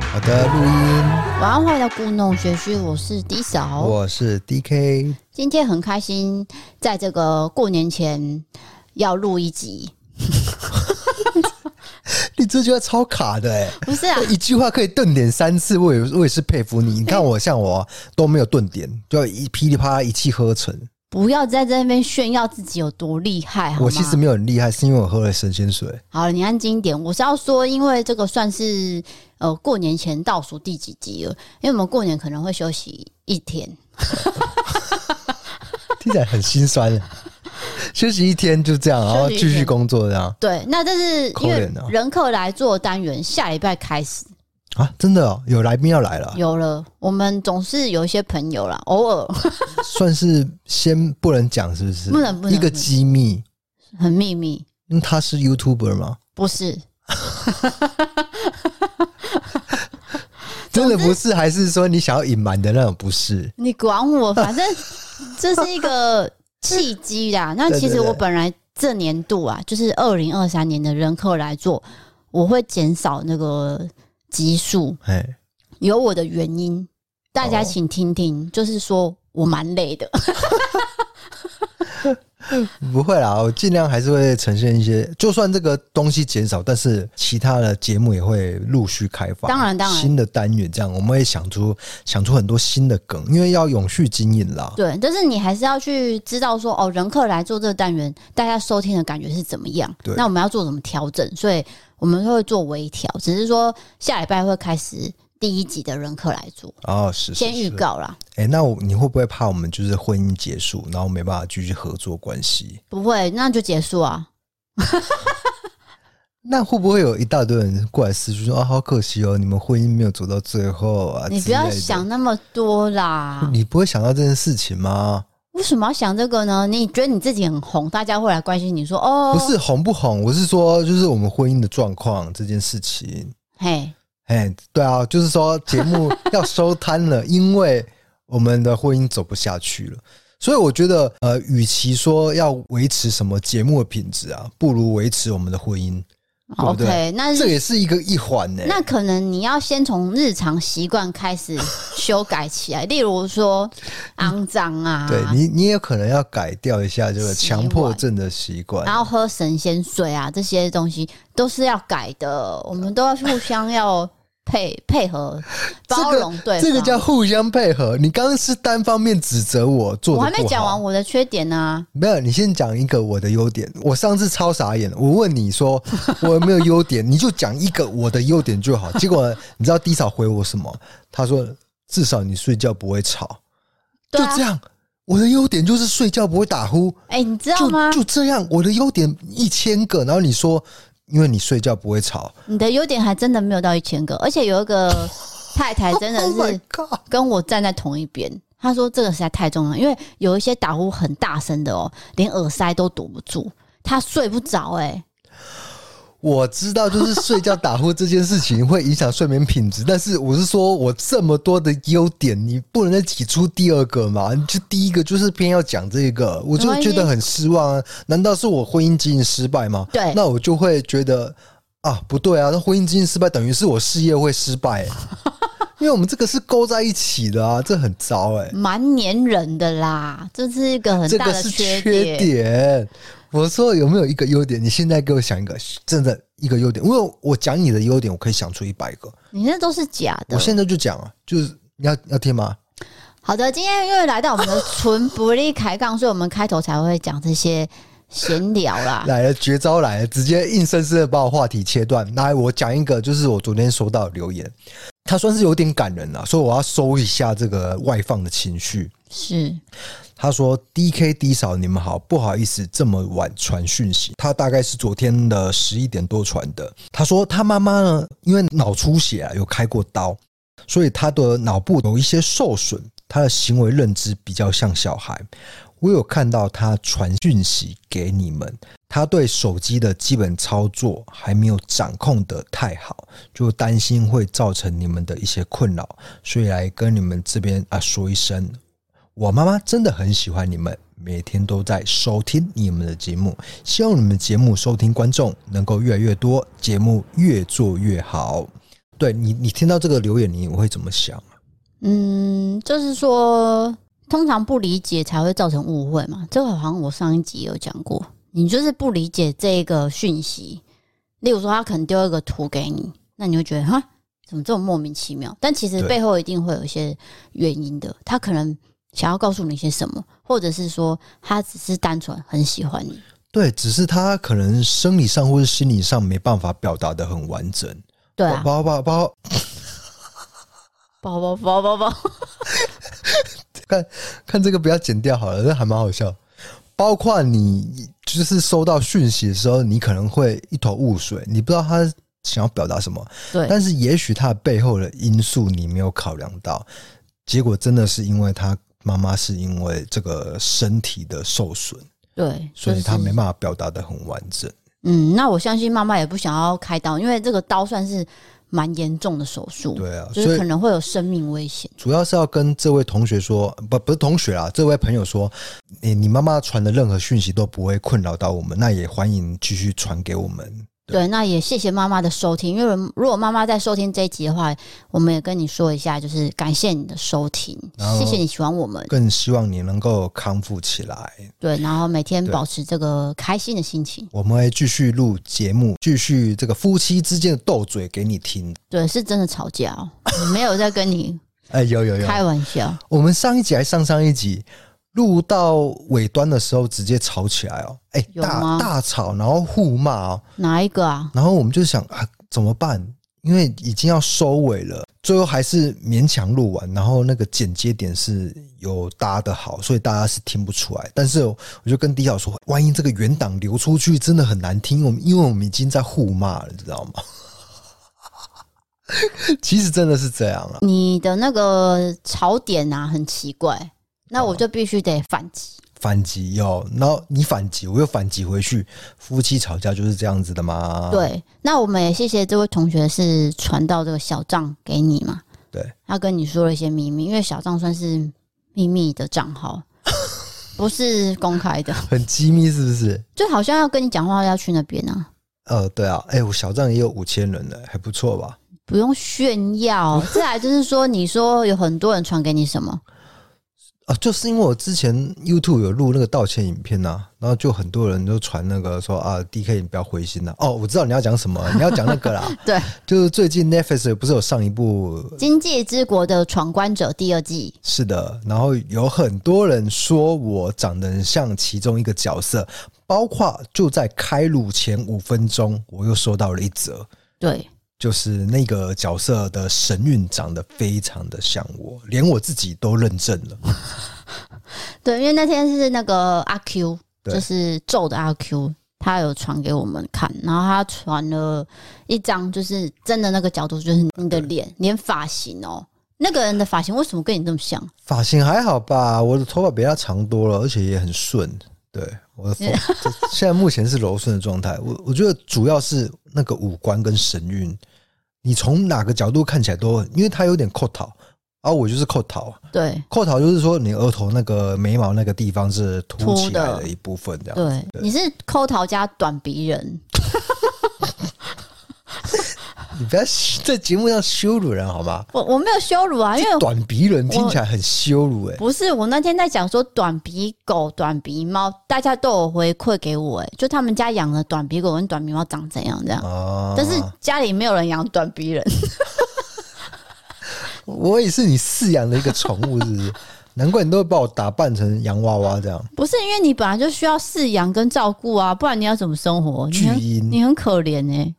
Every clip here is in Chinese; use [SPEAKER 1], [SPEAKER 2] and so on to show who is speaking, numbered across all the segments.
[SPEAKER 1] 好的，录音，
[SPEAKER 2] 晚安，欢迎来到故弄玄虚，我是 D 嫂。
[SPEAKER 1] 我是 DK。
[SPEAKER 2] 今天很开心，在这个过年前要录一集，
[SPEAKER 1] 你这句话超卡的哎、
[SPEAKER 2] 不是啊？
[SPEAKER 1] 一句话可以顿点三次，我也我也是佩服你。你看我像我都没有顿点，就一噼里啪啦一气呵成。
[SPEAKER 2] 不要在这边炫耀自己有多厉害，好吗？
[SPEAKER 1] 我其实没有很厉害，是因为我喝了神仙 水。
[SPEAKER 2] 好，你安静一点。我是要说，因为这个算是呃过年前倒数第几集了，因为我们过年可能会休息一天，
[SPEAKER 1] 听起来很心酸。休息一天就这样，然后继
[SPEAKER 2] 休息一
[SPEAKER 1] 续
[SPEAKER 2] 天
[SPEAKER 1] 工作这样
[SPEAKER 2] 对，那但是因为
[SPEAKER 1] 可怜啊
[SPEAKER 2] 人客来做单元，下礼拜开始
[SPEAKER 1] 啊？真的、哦、有来宾要来了，
[SPEAKER 2] 有了，我们总是有一些朋友啦，偶尔
[SPEAKER 1] 算是先不能讲是不是？
[SPEAKER 2] 不能不能
[SPEAKER 1] 一个
[SPEAKER 2] 不能
[SPEAKER 1] 机密，
[SPEAKER 2] 很秘密，
[SPEAKER 1] 因为他是 YouTuber 嘛，
[SPEAKER 2] 不是
[SPEAKER 1] 真的不是，还是说你想要隐瞒的那种不是？
[SPEAKER 2] 你管我，反正 这是一 个契机啦。那
[SPEAKER 1] 对对
[SPEAKER 2] 其实
[SPEAKER 1] 对
[SPEAKER 2] 我本来这年度啊，就是二零二三年的人客来做，我会减少那个集数，
[SPEAKER 1] 哎，
[SPEAKER 2] 有我的原因，大家
[SPEAKER 1] 哦
[SPEAKER 2] 请听听。就是说我蛮 累的，
[SPEAKER 1] 不会啦，我尽量还是会呈现一些，就算这个东西减少，但是其他的节目也会陆续开发。
[SPEAKER 2] 当然当然
[SPEAKER 1] 新的单元这样，我们会想出想出很多新的梗，因为要永续经营啦。
[SPEAKER 2] 对，但是你还是要去知道说哦，人客来做这个单元，大家收听的感觉是怎么样
[SPEAKER 1] 对？
[SPEAKER 2] 那我们要做什么调整？所以我们会做微调，只是说下礼拜会开始第一集的人客来做，
[SPEAKER 1] 哦，是是
[SPEAKER 2] 先预
[SPEAKER 1] 是
[SPEAKER 2] 告啦。
[SPEAKER 1] 哎、那我你会不会怕我们就是婚姻结束，然后没办法继续合作关系？
[SPEAKER 2] 不会，那就结束啊。
[SPEAKER 1] 那会不会有一大堆人过来私讯说啊，好可惜哦，你们婚姻没有走到最后啊？
[SPEAKER 2] 你
[SPEAKER 1] 之
[SPEAKER 2] 不要
[SPEAKER 1] 类的
[SPEAKER 2] 想，那么多啦。
[SPEAKER 1] 你不会想到这件事情吗？
[SPEAKER 2] 为什么要想这个呢？你觉得你自己很红，大家会来关心你说哦，
[SPEAKER 1] 不，是红不红，我是说就是我们婚姻的状况这件事情。
[SPEAKER 2] 嘿，
[SPEAKER 1] 哎，对啊，就是说节 目要收摊了，因为我们的婚姻走不下去了。所以我觉得，呃，与其说要维持什么节目的品质啊，不如维持我们的婚姻，对不
[SPEAKER 2] o
[SPEAKER 1] 对
[SPEAKER 2] k 哦那
[SPEAKER 1] 这也是一个一环欸呢、
[SPEAKER 2] 那可能你要先从日常习惯 开始修改起来，例如说肮脏啊，
[SPEAKER 1] 嗯对你，你也可能要改掉一下这个
[SPEAKER 2] 习
[SPEAKER 1] 强迫
[SPEAKER 2] 惯
[SPEAKER 1] 症的习惯。
[SPEAKER 2] 然后喝神仙水啊，这些东西都是要改的，我们都要互相要配配合，
[SPEAKER 1] 这
[SPEAKER 2] 包
[SPEAKER 1] 个
[SPEAKER 2] 容对方。
[SPEAKER 1] 这个叫互相配合。你刚刚是单方面指责我做
[SPEAKER 2] 我
[SPEAKER 1] 的
[SPEAKER 2] 还没讲完我的缺点呢、
[SPEAKER 1] 没有，你先讲一个我的优点。我上次超傻眼，我问你 说我有没有优点，你就讲一个我的优点就好。结果你知道低嫂回我什么？他说至少你睡觉不会吵，就
[SPEAKER 2] 对啊
[SPEAKER 1] 这，样。我的优点就是睡觉不会打呼，
[SPEAKER 2] 哎、你知道吗
[SPEAKER 1] 就？就这样。我的优点一千个，然后你说因为你睡觉不会吵，
[SPEAKER 2] 你的优点还真的没有到一千个，而且有 一个太太哎真
[SPEAKER 1] Oh my
[SPEAKER 2] 的是
[SPEAKER 1] God
[SPEAKER 2] 跟我站在同一边。她说这个实在太重要，因为有一些打呼很大声的哦，连耳塞都堵不住，她睡不着、哎，
[SPEAKER 1] 我知道，就是睡觉打呼这件事情会影响睡眠品质，但是我是说，我这么多的优点，你不能再挤出第二个嘛？你就第一个就是偏要讲这个，我就
[SPEAKER 2] 没关系
[SPEAKER 1] 觉得很失望啊！难道是我婚姻经营失败吗？
[SPEAKER 2] 对
[SPEAKER 1] 那我就会觉得啊，不对啊，那婚姻经营失败等于是我事业会失败、 因为我们这个是勾在一起的啊，这很糟哎、
[SPEAKER 2] 蛮粘人的啦，这是一个很
[SPEAKER 1] 这
[SPEAKER 2] 大
[SPEAKER 1] 个
[SPEAKER 2] 的
[SPEAKER 1] 是
[SPEAKER 2] 缺
[SPEAKER 1] 缺点。我说有没有一个优点？你现在给我想一个，真的一个优点，因为我讲你的优点，我可以想出一百个。
[SPEAKER 2] 你那都是假的
[SPEAKER 1] 我。现在就讲啊，就是你要要听吗？
[SPEAKER 2] 好的，今天因为来到我们的纯不利开杠，所以我们开头才会讲这些闲聊啦。
[SPEAKER 1] 来了，绝招来了，直接硬生生的把我话题切断。来，我讲一个，就是我昨天收到的留言，他算是有点感人了，所以我要收一下这个外放的情绪。
[SPEAKER 2] 是
[SPEAKER 1] 他说：“D K D 嫂，你们好，不好意思这么晚传讯息。他大概是昨天的十一点多传的。他说他妈妈呢，因为脑出血啊，有开过刀，所以他的脑部有一些受损，他的行为认知比较像小孩。我有看到他传讯息给你们，他对手机的基本操作还没有掌控得太好，就担心会造成你们的一些困扰，所以来跟你们这边啊说一声，我妈妈真的很喜欢你们，每天都在收听你们的节目，希望你们节目收听观众能够越来越多，节目越做越好。对你，你听到这个留言，你会怎么想？
[SPEAKER 2] 嗯，就是说，通常不理解才会造成误会嘛。这个好像我上一集有讲过，你就是不理解这个讯息。例如说，他可能丢一个图给你，那你会觉得哈，怎么这么莫名其妙？但其实
[SPEAKER 1] 对
[SPEAKER 2] 背后一定会有一些原因的。他可能想要告诉你一些什么，或者是说他只是单纯很喜欢你。
[SPEAKER 1] 对，只是他可能生理上或是心理上没办法表达的很完整，
[SPEAKER 2] 对啊，
[SPEAKER 1] 包包包，
[SPEAKER 2] 包包包包包，
[SPEAKER 1] 看看这个不要剪掉好了，这还蛮好笑。包括你就是收到讯息的时候，你可能会一头雾水，你不知道他想要表达什么，
[SPEAKER 2] 对，
[SPEAKER 1] 但是也许他背后的因素你没有考量到，结果真的是因为他妈妈是因为这个身体的受损，
[SPEAKER 2] 对，
[SPEAKER 1] 所以他
[SPEAKER 2] 就是
[SPEAKER 1] 没办法表达的很完整。
[SPEAKER 2] 嗯，那我相信妈妈也不想要开刀，因为这个刀算是蛮严重的手术，
[SPEAKER 1] 对啊，
[SPEAKER 2] 就
[SPEAKER 1] 所
[SPEAKER 2] 是可
[SPEAKER 1] 以
[SPEAKER 2] 能会有生命危险。
[SPEAKER 1] 主要是要跟这位同学说，不不是同学啦，这位朋友说，你你妈妈传的任何讯息都不会困扰到我们，那也欢迎继续传给我们。对
[SPEAKER 2] 对，那也谢谢妈妈的收听，因为如果妈妈在收听这一集的话，我们也跟你说一下，就是感谢你的收听，
[SPEAKER 1] 然后
[SPEAKER 2] 谢谢你喜欢我们，
[SPEAKER 1] 更希望你能够康复起来，
[SPEAKER 2] 对，然后每天
[SPEAKER 1] 对
[SPEAKER 2] 保持这个开心的心情，
[SPEAKER 1] 我们会继续录节目，继续这个夫妻之间的斗嘴给你听。
[SPEAKER 2] 对，是真的吵架、哦，没有在跟 你
[SPEAKER 1] 哎、有有有，
[SPEAKER 2] 开玩笑，
[SPEAKER 1] 我们上一集还上上一集录到尾端的时候，直接吵起来哦，哎、
[SPEAKER 2] 有
[SPEAKER 1] 大
[SPEAKER 2] 吗
[SPEAKER 1] 大吵，然后互骂哦，
[SPEAKER 2] 哪一个啊？
[SPEAKER 1] 然后我们就想啊，怎么办？因为已经要收尾了，最后还是勉强录完，然后那个剪接点是有搭的好，所以大家是听不出来。但是我就跟迪晓说，万一这个原档流出去真的很难听，我们因为我们已经在互骂了，知道吗？其实真的是这样啊，
[SPEAKER 2] 你的那个槽点啊，很奇怪，那
[SPEAKER 1] 哦
[SPEAKER 2] 我就必须得反击。
[SPEAKER 1] 反击哟，然后你反击，我又反击回去，夫妻吵架就是这样子的嘛。
[SPEAKER 2] 对，那我们也谢谢这位同学是传到这个小账给你嘛，
[SPEAKER 1] 对，
[SPEAKER 2] 他跟你说了一些秘密，因为小账算是秘密的账号，不是公开的，
[SPEAKER 1] 很机密是不是？
[SPEAKER 2] 就好像要跟你讲话要去那边啊，
[SPEAKER 1] 呃，对啊，哎、我小账也有五千人了，还不错吧？
[SPEAKER 2] 不用炫耀。再来就是说，你说有很多人传给你什么，
[SPEAKER 1] 啊，就是因为我之前 YouTube 有录那个道歉影片呐、然后就很多人都传那个说啊，DK 你不要灰心呐、哦，我知道你要讲什么，你要讲那个啦。
[SPEAKER 2] 对，
[SPEAKER 1] 就是最近 Netflix 不是有上一部
[SPEAKER 2] 《经济之国的闯关者》第二季，
[SPEAKER 1] 是的，然后有很多人说我长得很像其中一个角色，包括就在开录前五分钟，我又收到了一则，
[SPEAKER 2] 对，
[SPEAKER 1] 就是那个角色的神韵长得非常的像我，连我自己都认证了。
[SPEAKER 2] 对，因为那天是那个阿 Q，
[SPEAKER 1] 对
[SPEAKER 2] 就是咒的阿 Q，他有传给我们看，然后他传了一张，就是真的那个角度，就是你的脸，连发型哦，那个人的发型为什么跟你这么像？
[SPEAKER 1] 发型还好吧，我的头发比他长多了，而且也很顺。对，我 的头这现在目前是柔顺的状态。我我觉得主要是那个五官跟神韵，你从哪个角度看起来都，因为他有点扣桃，而、我就是扣桃。
[SPEAKER 2] 对
[SPEAKER 1] 扣桃就是说你额头那个眉毛那个地方是凸起来
[SPEAKER 2] 凸
[SPEAKER 1] 的
[SPEAKER 2] 的
[SPEAKER 1] 一部分，这样。
[SPEAKER 2] 对，你是抠桃加短鼻人，
[SPEAKER 1] 你不要在节目上羞辱人好吗？
[SPEAKER 2] 我我没有羞辱啊，因为
[SPEAKER 1] 短鼻人听起来很羞辱哎、
[SPEAKER 2] 不是我那天在讲说短鼻狗、短鼻猫，大家都有回馈给我、欸，就他们家养的短鼻狗跟短鼻猫长怎样这样，
[SPEAKER 1] 啊！
[SPEAKER 2] 但是家里没有人养短鼻人。
[SPEAKER 1] 我也是你饲养的一个宠物，是不是？难怪你都会把我打扮成洋娃娃这样。
[SPEAKER 2] 不是因为你本来就需要饲养跟照顾啊，不然你要怎么生活？你
[SPEAKER 1] 巨婴
[SPEAKER 2] 很你很可怜哎、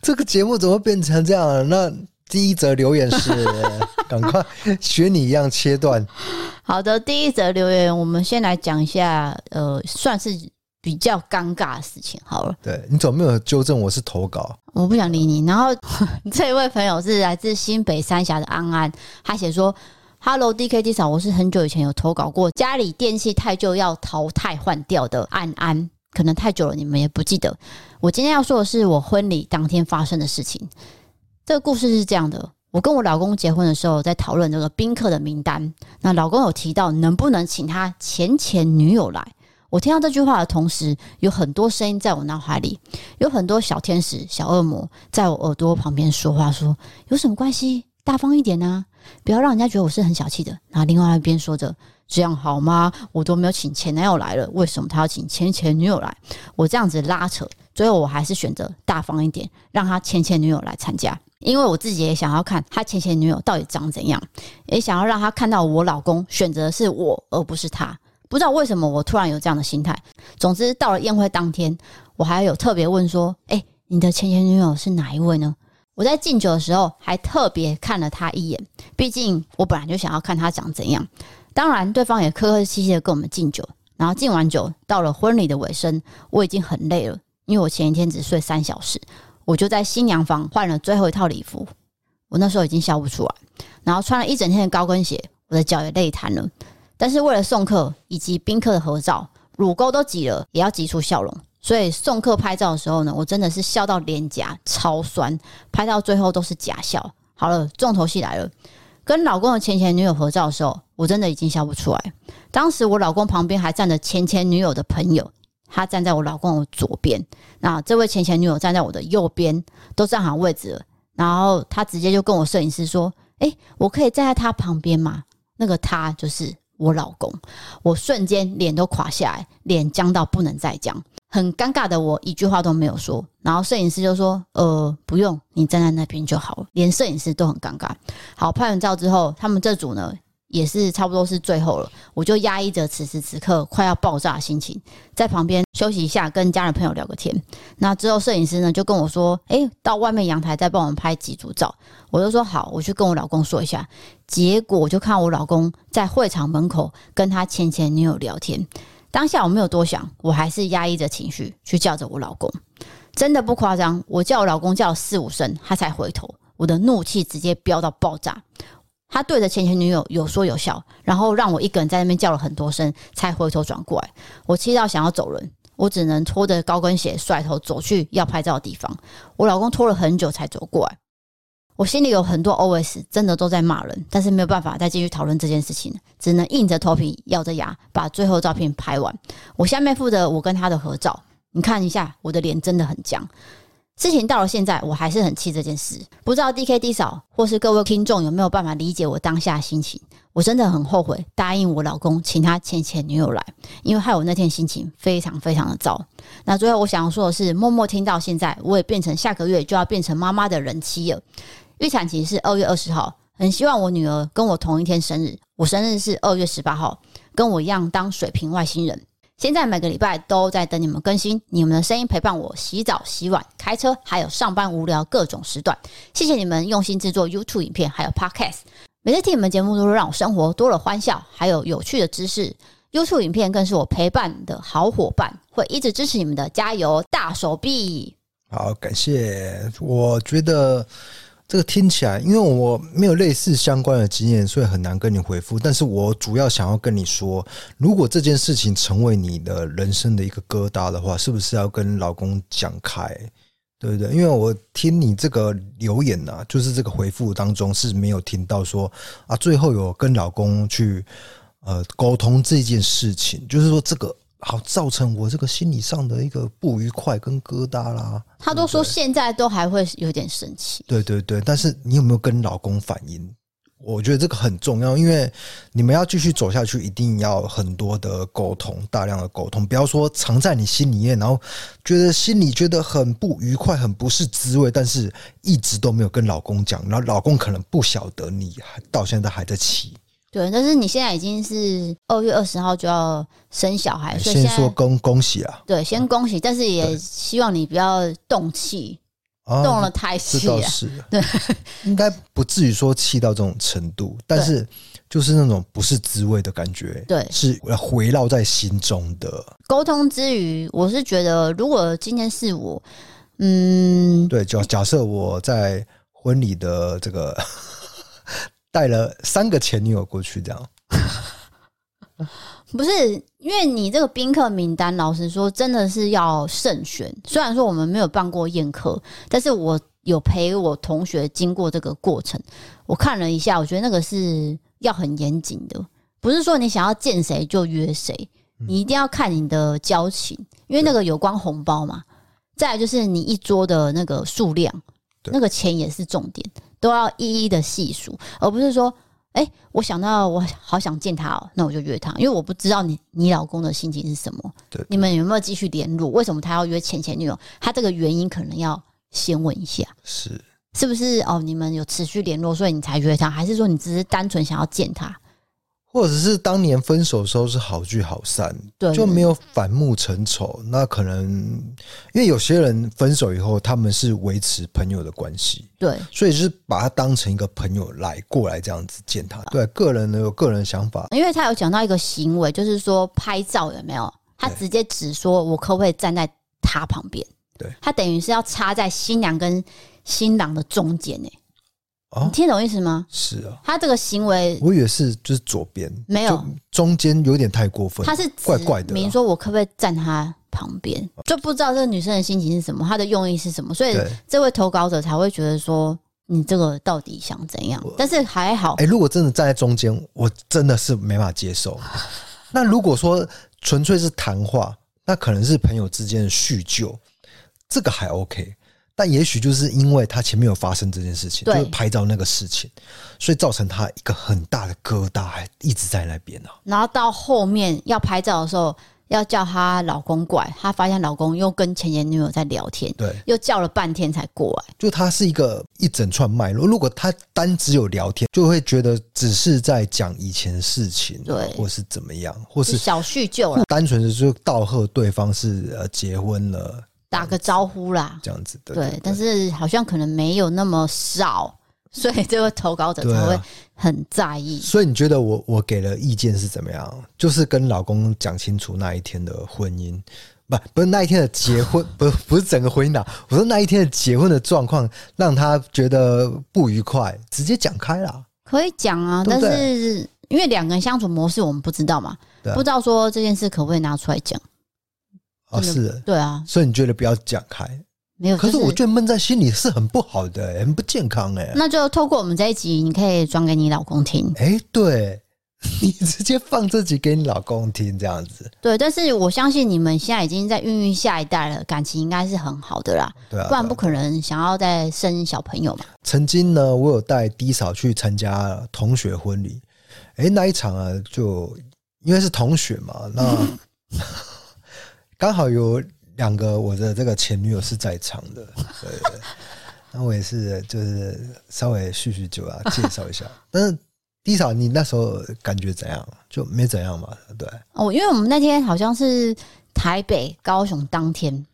[SPEAKER 1] 这个节目怎么会变成这样、啊？那第一则留言是， 赶快学你一样切断。
[SPEAKER 2] 好的，第一则留言，我们先来讲一下，呃，算是比较尴尬的事情好了。
[SPEAKER 1] 对你怎么没有纠正我是投稿？
[SPEAKER 2] 我不想理你。然后 这一位朋友是来自新北三峡的安安，他写说：“Hello DKT 嫂，我是很久以前有投稿过家里电器太旧要淘汰换掉的安安，可能太久了你们也不记得。我今天要说的是我婚礼当天发生的事情。这个故事是这样的。”我跟我老公结婚的时候，在讨论这个宾客的名单。那老公有提到能不能请他前前女友来。我听到这句话的同时，有很多声音在我脑海里，有很多小天使、小恶魔在我耳朵旁边说话说，有什么关系？大方一点啊，不要让人家觉得我是很小气的。然后另外一边说着，这样好吗？我都没有请前男友来了，为什么他要请前前女友来？我这样子拉扯，最后我还是选择大方一点，让他前前女友来参加。因为我自己也想要看他前前女友到底长怎样，也想要让他看到我老公选择的是我而不是他。不知道为什么我突然有这样的心态。总之，到了宴会当天，我还有特别问说：“哎、你的前前女友是哪一位呢？”我在敬酒的时候还特别看了他一眼，毕竟我本来就想要看他长怎样。当然，对方也客客气气的跟我们敬酒。然后敬完酒，到了婚礼的尾声，我已经很累了，因为我前一天只睡三小时，我就在新娘房换了最后一套礼服。我那时候已经笑不出来，然后穿了一整天的高跟鞋，我的脚也累瘫了。但是为了送客以及宾客的合照，乳沟都挤了，也要挤出笑容。所以送客拍照的时候呢，我真的是笑到脸颊超酸，拍到最后都是假笑。好了，重头戏来了，跟老公的前前女友合照的时候，我真的已经笑不出来。当时我老公旁边还站着前前女友的朋友，他站在我老公的左边，那这位前前女友站在我的右边，都站好位置了。然后他直接就跟我摄影师说：“诶，我可以站在他旁边吗？”那个他就是我老公，我瞬间脸都垮下来，脸僵到不能再僵，很尴尬的我一句话都没有说。然后摄影师就说：“呃，不用，你站在那边就好了。”连摄影师呃都很尴尬。好，拍完照之后，他们这组呢也是差不多是最后了，我就压抑着此时此刻快要爆炸的心情，在旁边休息一下，跟家人朋友聊个天。那之后摄影师呢就跟我说：“诶，到外面阳台再帮我们拍几组照。”我就说：“好，我去跟我老公说一下。”结果我就看我老公在会场门口跟他前前女友聊天。当下我没有多想，我还是压抑着情绪去叫着我老公。真的不夸张，我叫我老公叫了四五声，他才回头，我的怒气直接飙到爆炸。他对着前前女友有说有笑，然后让我一个人在那边叫了很多声，才回头转过来。我气到想要走人，我只能拖着高跟鞋甩头走去要拍照的地方。我老公拖了很久才走过来，我心里有很多 OS，真的都在骂人，但是没有办法再继续讨论这件事情，只能硬着头皮咬着牙把最后照片拍完。我下面附着我跟他的合照，你看一下，我的脸真的很僵。事情到了现在，我还是很气这件事。不知道 D K D 嫂或是各位听众有没有办法理解我当下的心情？我真的很后悔答应我老公请他前前女友来，因为害我那天心情非常非常的糟。那最后我想要说的是，默默听到现在，我也变成下个月就要变成妈妈的人妻了。预产期是二月二十号，很希望我女儿跟我同一天生日。我生日是二月十八号，跟我一样当水瓶外星人。现在每个礼拜都在等你们更新，你们的声音陪伴我洗澡、洗碗、开车，还有上班无聊各种时段。谢谢你们用心制作 YouTube 影片，还有 Podcast。每次听你们节目，都让我生活多了欢笑，还有有趣的知识。YouTube 影片更是我陪伴的好伙伴，会一直支持你们的，加油，大手臂！
[SPEAKER 1] 好，感谢。我觉得这个听起来，因为我没有类似相关的经验，所以很难跟你回复。但是我主要想要跟你说，如果这件事情成为你的人生的一个疙瘩的话，是不是要跟老公讲开？对不对？因为我听你这个留言呐、就是这个回复当中是没有听到说啊，最后有跟老公去呃沟通这件事情，就是说这个好造成我这个心理上的一个不愉快跟疙瘩啦。
[SPEAKER 2] 他都说现在都还会有点生气，
[SPEAKER 1] 对对对，但是你有没有跟老公反映？我觉得这个很重要，因为你们要继续走下去，一定要很多的沟通，大量的沟通，不要说藏在你心里面，然后觉得心里觉得很不愉快、很不是滋味，但是一直都没有跟老公讲，然后老公可能不晓得你还到现在还在 气。
[SPEAKER 2] 对。但是你现在已经是二月二十号就要生小孩，所以现
[SPEAKER 1] 哎先说
[SPEAKER 2] 在
[SPEAKER 1] 恭恭喜啊！
[SPEAKER 2] 对，先恭喜，但是也
[SPEAKER 1] 对
[SPEAKER 2] 希望你不要动气。
[SPEAKER 1] 啊
[SPEAKER 2] 动了胎
[SPEAKER 1] 这
[SPEAKER 2] 气
[SPEAKER 1] 倒
[SPEAKER 2] 啊，
[SPEAKER 1] 是，
[SPEAKER 2] 对，
[SPEAKER 1] 应该不至于说气到这种程度，但是就是那种不是滋味的感觉，
[SPEAKER 2] 对
[SPEAKER 1] 是呃回绕在心中的，
[SPEAKER 2] 沟通之余，我是觉得，如果今天是我，嗯，
[SPEAKER 1] 对，就假设我在婚礼的这个 带了三个前女友过去，这样，
[SPEAKER 2] 不是因为你这个宾客名单，老实说，真的是要慎选。虽然说我们没有办过宴客，但是我有陪我同学经过这个过程，我看了一下，我觉得那个是要很严谨的，不是说你想要见谁就约谁，你一定要看你的交情，因为那个有关红包嘛。再来就是你一桌的那个数量，
[SPEAKER 1] 对
[SPEAKER 2] 那个钱也是重点，都要一一的细数，而不是说哎、我想到我好想见他哦，那我就约他，因为我不知道你你老公的心情是什么。
[SPEAKER 1] 对
[SPEAKER 2] 你们有没有继续联络？为什么他要约前前女友？他这个原因可能要先问一下，
[SPEAKER 1] 是
[SPEAKER 2] 是不是哦？你们有持续联络，所以你才约他，还是说你只是单纯想要见他？
[SPEAKER 1] 或者是当年分手的时候是好聚好散，
[SPEAKER 2] 对
[SPEAKER 1] 就没有反目成仇。那可能因为有些人分手以后，他们是维持朋友的关系，
[SPEAKER 2] 对
[SPEAKER 1] 所以就是把他当成一个朋友来过来这样子见他。对，个人呢有个人想法，
[SPEAKER 2] 因为他有讲到一个行为，就是说拍照有没有？他
[SPEAKER 1] 对
[SPEAKER 2] 直接只说我可不可以站在他旁边？
[SPEAKER 1] 对，
[SPEAKER 2] 他等于是要插在新娘跟新郎的中间呢、
[SPEAKER 1] 哦
[SPEAKER 2] 你听懂意思吗？
[SPEAKER 1] 是啊，
[SPEAKER 2] 他这个行为
[SPEAKER 1] 我以为是就是左边，
[SPEAKER 2] 没有
[SPEAKER 1] 就中间有点太过分，
[SPEAKER 2] 他是
[SPEAKER 1] 怪怪的啊
[SPEAKER 2] 指明说我可不可以站他旁边，就不知道这个女生的心情是什么，她的用意是什么，所以
[SPEAKER 1] 对。
[SPEAKER 2] 这位投稿者才会觉得说你这个到底想怎样？但是还好
[SPEAKER 1] 哎、，如果真的站在中间，我真的是没法接受。那如果说纯粹是谈话，那可能是朋友之间的叙旧，这个还 OK。但也许就是因为他前面有发生这件事情，就
[SPEAKER 2] 对
[SPEAKER 1] 是拍照那个事情，所以造成他一个很大的疙瘩，还一直在那边啊呢、
[SPEAKER 2] 然后到后面要拍照的时候，要叫她老公过来，她发现老公又跟前前女友在聊天，
[SPEAKER 1] 对，
[SPEAKER 2] 又叫了半天才过来。
[SPEAKER 1] 就他是一个一整串脉络。如果他单只有聊天，就会觉得只是在讲以前的事情，
[SPEAKER 2] 对
[SPEAKER 1] 或是怎么样，或
[SPEAKER 2] 就是小叙 旧了，
[SPEAKER 1] 单纯的就道贺对方是呃结婚了
[SPEAKER 2] 打个招呼啦。
[SPEAKER 1] 这样子的。
[SPEAKER 2] 对，但是好像可能没有那么少，所以这位投稿者
[SPEAKER 1] 对
[SPEAKER 2] 才
[SPEAKER 1] 啊
[SPEAKER 2] 会很在意。
[SPEAKER 1] 所以你觉得我我给了意见是怎么样？就是跟老公讲清楚那一天的婚姻，不不是那一天的结婚， 不不是整个婚姻啦。我说那一天的结婚的状况让他觉得不愉快，直接讲开啦。
[SPEAKER 2] 可以讲啊，
[SPEAKER 1] 对
[SPEAKER 2] 但
[SPEAKER 1] 不对
[SPEAKER 2] 是因为两个人相处模式我们不知道嘛，
[SPEAKER 1] 对啊
[SPEAKER 2] 不知道说这件事可不可以拿出来讲。
[SPEAKER 1] 哦，
[SPEAKER 2] 真
[SPEAKER 1] 是，
[SPEAKER 2] 对啊，
[SPEAKER 1] 所以你觉得不要讲开？
[SPEAKER 2] 没有。
[SPEAKER 1] 可是
[SPEAKER 2] 就
[SPEAKER 1] 我觉得闷在心里是很不好的、很不健康哎、
[SPEAKER 2] 那就透过我们这一集，你可以转给你老公听。
[SPEAKER 1] 哎、对 你直接放这集给你老公听，这样子，
[SPEAKER 2] 对，但是我相信你们现在已经在孕育下一代了，感情应该是很好的啦，
[SPEAKER 1] 对啊。
[SPEAKER 2] 不然
[SPEAKER 1] 对啊
[SPEAKER 2] 不可能想要再生小朋友嘛。
[SPEAKER 1] 曾经呢，我有带低嫂去参加同学婚礼，诶，那一场啊，就因为是同学嘛，那刚好有两个我的这个前女友是在场的，对对对，那我也是就是稍微叙叙旧啊，介绍一 下。但是低嫂，你那时候感觉怎样？就没怎样嘛，对，
[SPEAKER 2] 哦，因为我们那天好像是台北、高雄当天，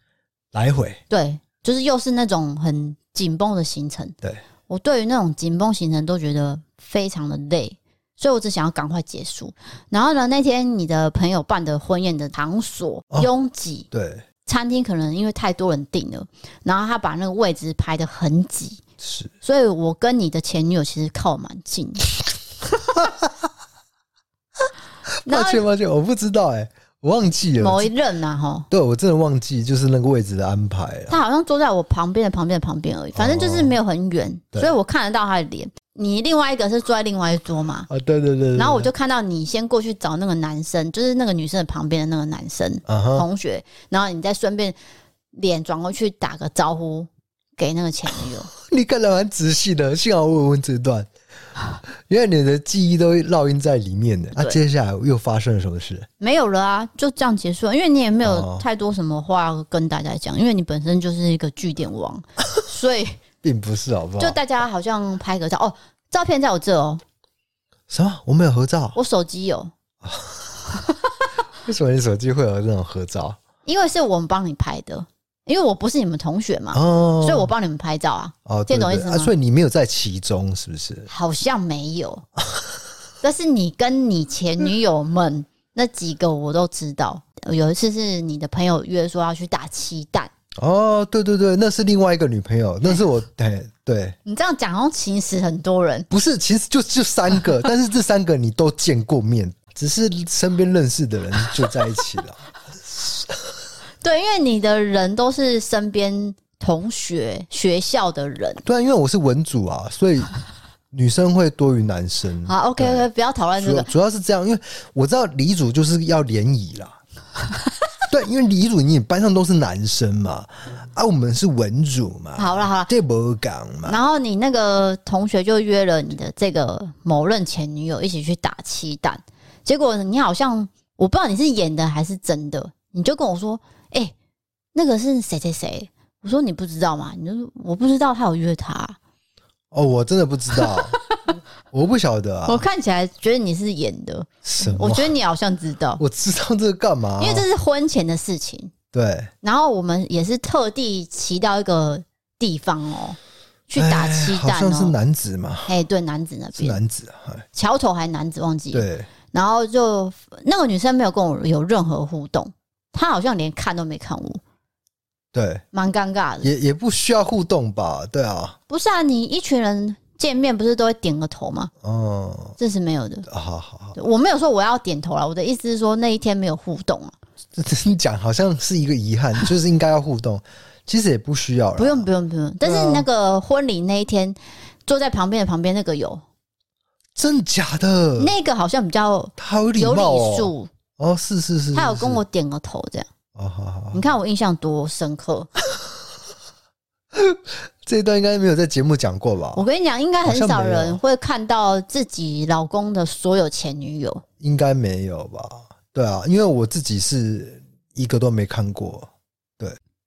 [SPEAKER 1] 来回
[SPEAKER 2] 对，就是又是那种很紧绷的行程。
[SPEAKER 1] 对，
[SPEAKER 2] 我对于那种紧绷行程都觉得非常的累，所以我只想要赶快结束。然后呢，那天你的朋友办的婚宴的场所
[SPEAKER 1] 哦
[SPEAKER 2] 拥挤，
[SPEAKER 1] 对
[SPEAKER 2] 餐厅可能因为太多人订了，然后他把那个位置排得很挤，
[SPEAKER 1] 是
[SPEAKER 2] 所以我跟你的前女友其实靠蛮近 的。然
[SPEAKER 1] 抱
[SPEAKER 2] 后
[SPEAKER 1] 歉抱歉，我不知道诶，我忘记了
[SPEAKER 2] 某，一任啊，哈，
[SPEAKER 1] 对我真的忘记就是那个位置的安排了。
[SPEAKER 2] 他好像坐在我旁边的旁边的旁边而已，反正就是没有很远，
[SPEAKER 1] 对
[SPEAKER 2] 所以我看得到他的脸。你另外一个是坐在另外一桌嘛，
[SPEAKER 1] 啊，对对对对
[SPEAKER 2] 然后我就看到你先过去找那个男生，就是那个女生的旁边的那个男生
[SPEAKER 1] 啊哈，
[SPEAKER 2] 同学，然后你再顺便脸转过去打个招呼给那个前女友。
[SPEAKER 1] 你看的蛮仔细的，幸好我有问这段，因为你的记忆都烙印在里面的。那、
[SPEAKER 2] 对
[SPEAKER 1] 接下来又发生了什么事？
[SPEAKER 2] 没有了啊，就这样结束了，因为你也没有
[SPEAKER 1] 哦
[SPEAKER 2] 太多什么话跟大家讲，因为你本身就是一个据点王，所以
[SPEAKER 1] 并不是，好不好？
[SPEAKER 2] 就大家好像拍个照哦，照片在我这哦，
[SPEAKER 1] 什么？我们有合照？
[SPEAKER 2] 我手机有，
[SPEAKER 1] 为什么你手机会有那种合照？
[SPEAKER 2] 因为是我们帮你拍的，因为我不是你们同学嘛，
[SPEAKER 1] 哦，
[SPEAKER 2] 啊所以我帮你们拍照啊，
[SPEAKER 1] 哦，
[SPEAKER 2] 这
[SPEAKER 1] 对
[SPEAKER 2] 种
[SPEAKER 1] 对
[SPEAKER 2] 意思
[SPEAKER 1] 啊，
[SPEAKER 2] 吗
[SPEAKER 1] 所以你没有在其中，是不是？
[SPEAKER 2] 好像没有。但是你跟你前女友们那几个我都知道，有一次是你的朋友约说要去打鸡蛋，
[SPEAKER 1] 哦，对对对，那是另外一个女朋 友，那是我，哎，对，
[SPEAKER 2] 你这样讲好像其实很多人
[SPEAKER 1] 不是，其实就就三 个，但是这三个你都见过面，只是身边认识的人就在一起了。
[SPEAKER 2] 对，因为你的人都是身边同学、学校的人。
[SPEAKER 1] 对啊，因为我是文组啊，所以女生会多于男生。
[SPEAKER 2] 好，OK OK，不要讨论这
[SPEAKER 1] 主要
[SPEAKER 2] 个。
[SPEAKER 1] 主要是这样，因为我知道李组就是要联谊 啦。对，因为李组你班上都是男生嘛，啊，我们是文组嘛，
[SPEAKER 2] 好了好了，
[SPEAKER 1] 这不讲嘛，
[SPEAKER 2] 然后你那个同学就约了你的这个某任前女友一起去打气弹，结果你好像我不知道你是演的还是真的，你就跟我说：“哎、那个是谁谁谁？”我说：“你不知道吗？”你就说：“我不知道，他有约他。
[SPEAKER 1] 哦，我真的不知 道，我不晓得
[SPEAKER 2] 我
[SPEAKER 1] 啊，
[SPEAKER 2] 看起来觉得你是演的，
[SPEAKER 1] 什么？
[SPEAKER 2] 我
[SPEAKER 1] 我
[SPEAKER 2] 觉得你好像知道，
[SPEAKER 1] 知道这个干嘛、
[SPEAKER 2] 因为这是婚前的事情。
[SPEAKER 1] 对，
[SPEAKER 2] 然后我们也是特地骑到一个地方哦，去打
[SPEAKER 1] 哎
[SPEAKER 2] 气
[SPEAKER 1] 好
[SPEAKER 2] 弹
[SPEAKER 1] 像是
[SPEAKER 2] 哦。
[SPEAKER 1] 男子嘛，
[SPEAKER 2] 哎、对，男子那
[SPEAKER 1] 是
[SPEAKER 2] 边，
[SPEAKER 1] 男子啊，哎
[SPEAKER 2] 桥头还男子忘记了。
[SPEAKER 1] 对，
[SPEAKER 2] 然后就那个女生没有跟我有任何互动，她好像连看都没看我，
[SPEAKER 1] 对，
[SPEAKER 2] 蛮尴尬的。
[SPEAKER 1] 也也不需要互动吧，对啊，
[SPEAKER 2] 不是啊，你一群人见面不是都会点个头吗？
[SPEAKER 1] 哦，
[SPEAKER 2] 这是没有的。
[SPEAKER 1] 好好好，
[SPEAKER 2] 对我没有说我要点头啦，我的意思是说那一天没有互动啊，
[SPEAKER 1] 这 这讲好像是一个遗 憾，就是应该要互动，其实也不需要啦，
[SPEAKER 2] 不用不用不用。但
[SPEAKER 1] 啊
[SPEAKER 2] 是那个婚礼那一天，坐在旁边的旁边那个有，
[SPEAKER 1] 真假的，
[SPEAKER 2] 那个好像比较
[SPEAKER 1] 他有礼
[SPEAKER 2] 有
[SPEAKER 1] 貌
[SPEAKER 2] 礼
[SPEAKER 1] 哦，
[SPEAKER 2] 数，
[SPEAKER 1] 哦，是是是，
[SPEAKER 2] 他有
[SPEAKER 1] 是
[SPEAKER 2] 跟我，点个头这样。
[SPEAKER 1] 是哦，好好好
[SPEAKER 2] 你，看我印象多深刻，
[SPEAKER 1] 这一段应该没有在节目讲过吧
[SPEAKER 2] 我？跟你讲，应该很
[SPEAKER 1] 好
[SPEAKER 2] 少
[SPEAKER 1] 像没有
[SPEAKER 2] 人会看到自己老公的所有前女友。
[SPEAKER 1] 应该没有吧？对啊，因为我自己是一个都没看过，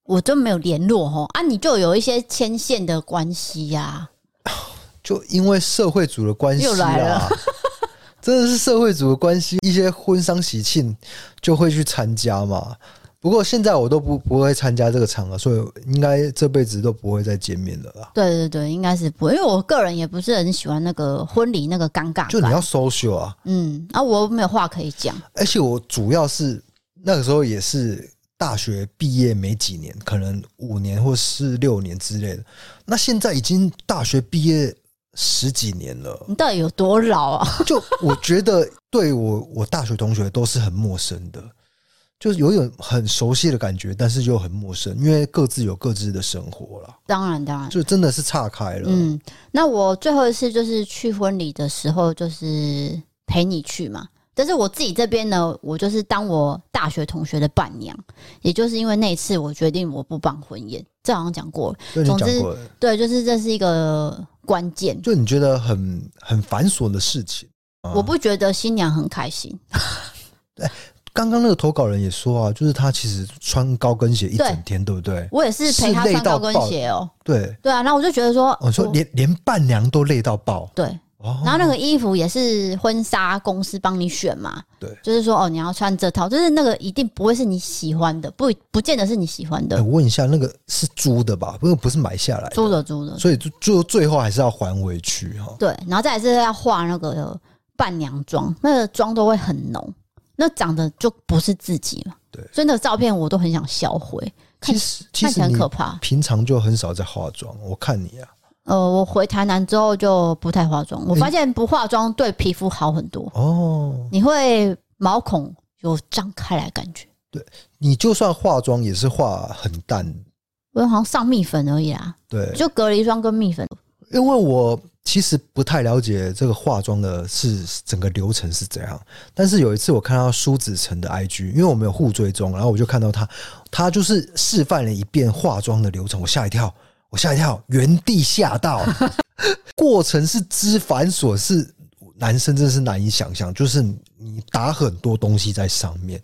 [SPEAKER 2] 我就没有联络吼啊，你就有一些牵线的关系呀、
[SPEAKER 1] 就因为社会组的关系
[SPEAKER 2] 又来
[SPEAKER 1] 啦
[SPEAKER 2] 了，
[SPEAKER 1] 真的是社会组的关系，一些婚丧喜庆就会去参加嘛。不过现在我都不不会参加这个场合，所以应该这辈子都不会再见面了啦。
[SPEAKER 2] 对对对，应该是不会，因为我个人也不是很喜欢那个婚礼那个尴尬
[SPEAKER 1] 就你
[SPEAKER 2] 感。
[SPEAKER 1] 要 social 啊，
[SPEAKER 2] 嗯，啊，我没有话可以讲。
[SPEAKER 1] 而且我主要是那个时候也是大学毕业没几年，可能五年或是六年之类的。那现在已经大学毕业十几年了，
[SPEAKER 2] 你到底有多老啊？
[SPEAKER 1] 就我觉得对我我大学同学都是很陌生的，就是有一种很熟悉的感觉，但是又很陌生，因为各自有各自的生活啦，
[SPEAKER 2] 当然当然，
[SPEAKER 1] 就真的 是啊岔开了。
[SPEAKER 2] 嗯，那我最后一次就是去婚礼的时候，就是陪你去嘛。但是我自己这边呢，我就是当我大学同学的伴娘，也就是因为那一次，我决定我不办婚宴，这好像讲过了。
[SPEAKER 1] 对你
[SPEAKER 2] 总之
[SPEAKER 1] 讲过了，
[SPEAKER 2] 对，就是这是一个关键。
[SPEAKER 1] 就你觉得很很繁琐的事情。啊
[SPEAKER 2] 我不觉得新娘很开心，
[SPEAKER 1] 刚刚那个投稿人也说啊，就是他其实穿高跟鞋一整天，对不对？
[SPEAKER 2] 我也是陪她
[SPEAKER 1] 是累
[SPEAKER 2] 穿高
[SPEAKER 1] 到
[SPEAKER 2] 跟
[SPEAKER 1] 爆
[SPEAKER 2] 鞋哦、
[SPEAKER 1] 对，
[SPEAKER 2] 对啊，然后我就觉得说，
[SPEAKER 1] 我说连连伴娘都累到爆
[SPEAKER 2] 对，
[SPEAKER 1] 哦，
[SPEAKER 2] 然后那个衣服也是婚纱公司帮你选嘛，
[SPEAKER 1] 对
[SPEAKER 2] 就是说哦，你要穿这套，就是那个一定不会是你喜欢的，不不见得是你喜欢
[SPEAKER 1] 哎
[SPEAKER 2] 的，
[SPEAKER 1] 我问一下，那个是租的吧？不是不是买下来的，
[SPEAKER 2] 租的租的，
[SPEAKER 1] 所以就就最后还是要还回去哈、
[SPEAKER 2] 对，然后再来是要化那个呃伴娘妆，那个妆都会很浓，那长得就不是自己嘛，
[SPEAKER 1] 对
[SPEAKER 2] 所以那个照片我都很想销毁，看
[SPEAKER 1] 其实其
[SPEAKER 2] 看起
[SPEAKER 1] 实
[SPEAKER 2] 来
[SPEAKER 1] 你
[SPEAKER 2] 很可怕。
[SPEAKER 1] 平常就很少在化妆，我看你啊，
[SPEAKER 2] 呃，我回台南之后就不太化妆，我发现不化妆对皮肤好很多，
[SPEAKER 1] 哦，
[SPEAKER 2] 你会毛孔有张开来的感觉，
[SPEAKER 1] 你就算化妆也是化很淡，
[SPEAKER 2] 我好像上蜜粉而已啦。
[SPEAKER 1] 对，
[SPEAKER 2] 就隔离霜跟蜜粉。
[SPEAKER 1] 因为我其实不太了解这个化妆的是整个流程是怎样，但是有一次我看到苏子成的 IG，因为我们有互追踪，然后我就看到他，他就是示范了一遍化妆的流程，我吓一跳，我吓一跳，原地吓到， 过程是之繁琐，是男生真的是难以想象，就是你打很多东西在上面，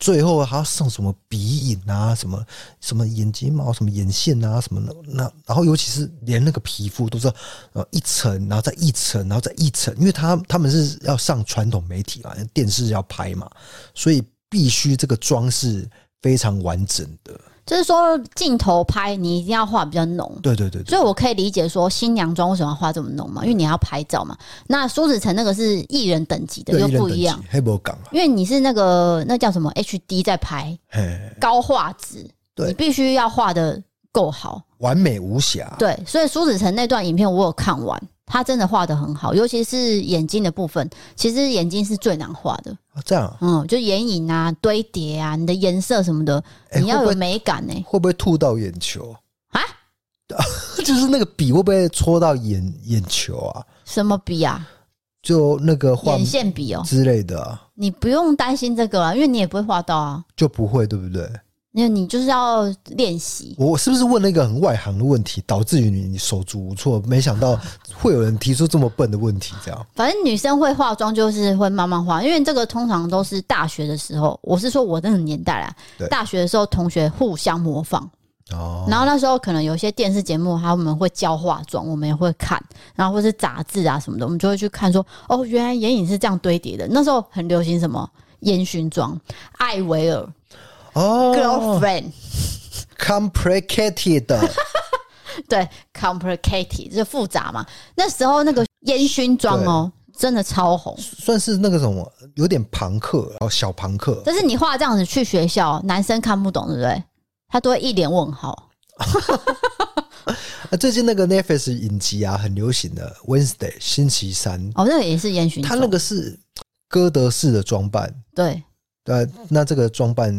[SPEAKER 1] 最后还要送什么鼻影啊，什么什么眼睫毛、什么眼线啊，什么的那，然后尤其是连那个皮肤都是呃一层，然后再一层，然后再一层，因为他他们是要上传统媒体嘛，啊电视要拍嘛，所以必须这个妆是非常完整的。
[SPEAKER 2] 就是说镜头拍你一定要画比较浓，
[SPEAKER 1] 对对对
[SPEAKER 2] 所
[SPEAKER 1] 对
[SPEAKER 2] 以我可以理解说新娘妆为什么要化这么浓嘛，因为你要拍照嘛。那苏子成那个是艺人等级的，
[SPEAKER 1] 对，
[SPEAKER 2] 又
[SPEAKER 1] 一人
[SPEAKER 2] 不
[SPEAKER 1] 等
[SPEAKER 2] 一
[SPEAKER 1] 级
[SPEAKER 2] 样，，
[SPEAKER 1] 黑博港啊，
[SPEAKER 2] 因为你是那个那叫什么 HD 在拍
[SPEAKER 1] 嘿，
[SPEAKER 2] 高画质，
[SPEAKER 1] 对
[SPEAKER 2] 你必须要画的够好。
[SPEAKER 1] 完美无瑕，
[SPEAKER 2] 对，所以苏子成那段影片我有看完，他真的画的很好，尤其是眼睛的部分，其实眼睛是最难画的。
[SPEAKER 1] 啊这样啊
[SPEAKER 2] 嗯，就眼影啊、堆叠啊、你的颜色什么的，
[SPEAKER 1] 哎
[SPEAKER 2] 你要
[SPEAKER 1] 会不
[SPEAKER 2] 有
[SPEAKER 1] 会
[SPEAKER 2] 美感欸呢、
[SPEAKER 1] 会不会吐到眼球？
[SPEAKER 2] 啊，
[SPEAKER 1] 就是那个笔会不会戳到眼眼球啊？
[SPEAKER 2] 什么笔啊？
[SPEAKER 1] 就那个画
[SPEAKER 2] 眼线笔哦、
[SPEAKER 1] 之类的、啊、
[SPEAKER 2] 你不用担心这个啊，因为你也不会画到啊。
[SPEAKER 1] 就不会，对不对？
[SPEAKER 2] 那你就是要练习。
[SPEAKER 1] 我是不是问了一个很外行的问题，导致于你手足无措？没想到会有人提出这么笨的问题，这样
[SPEAKER 2] 反正女生会化妆就是会慢慢化，因为这个通常都是大学的时候，我是说我那个年代啦
[SPEAKER 1] 对，
[SPEAKER 2] 大学的时候同学互相模仿，
[SPEAKER 1] 哦，
[SPEAKER 2] 然后那时候可能有一些电视节目，他们会教化妆，我们也会看，然后或是杂志啊什么的，我们就会去看说，哦，原来眼影是这样堆叠的。那时候很流行什么烟熏妆、艾薇儿、
[SPEAKER 1] 哦
[SPEAKER 2] girlfriend，、
[SPEAKER 1] ，complicated，
[SPEAKER 2] 对，complicated 就是复杂嘛。那时候那个烟熏妆哦，真的超红。
[SPEAKER 1] 算是那个什么，有点朋克，然后小朋克，
[SPEAKER 2] 但是你画这样子去学校，男生看不懂，对不对？他都会一脸问号。
[SPEAKER 1] 啊，最近那个 Netflix 影集啊，很流行的 Wednesday 星期三，
[SPEAKER 2] 哦，那个也是烟熏妆，
[SPEAKER 1] 它那个是哥德式的装扮，
[SPEAKER 2] 对
[SPEAKER 1] 对啊、那这个装扮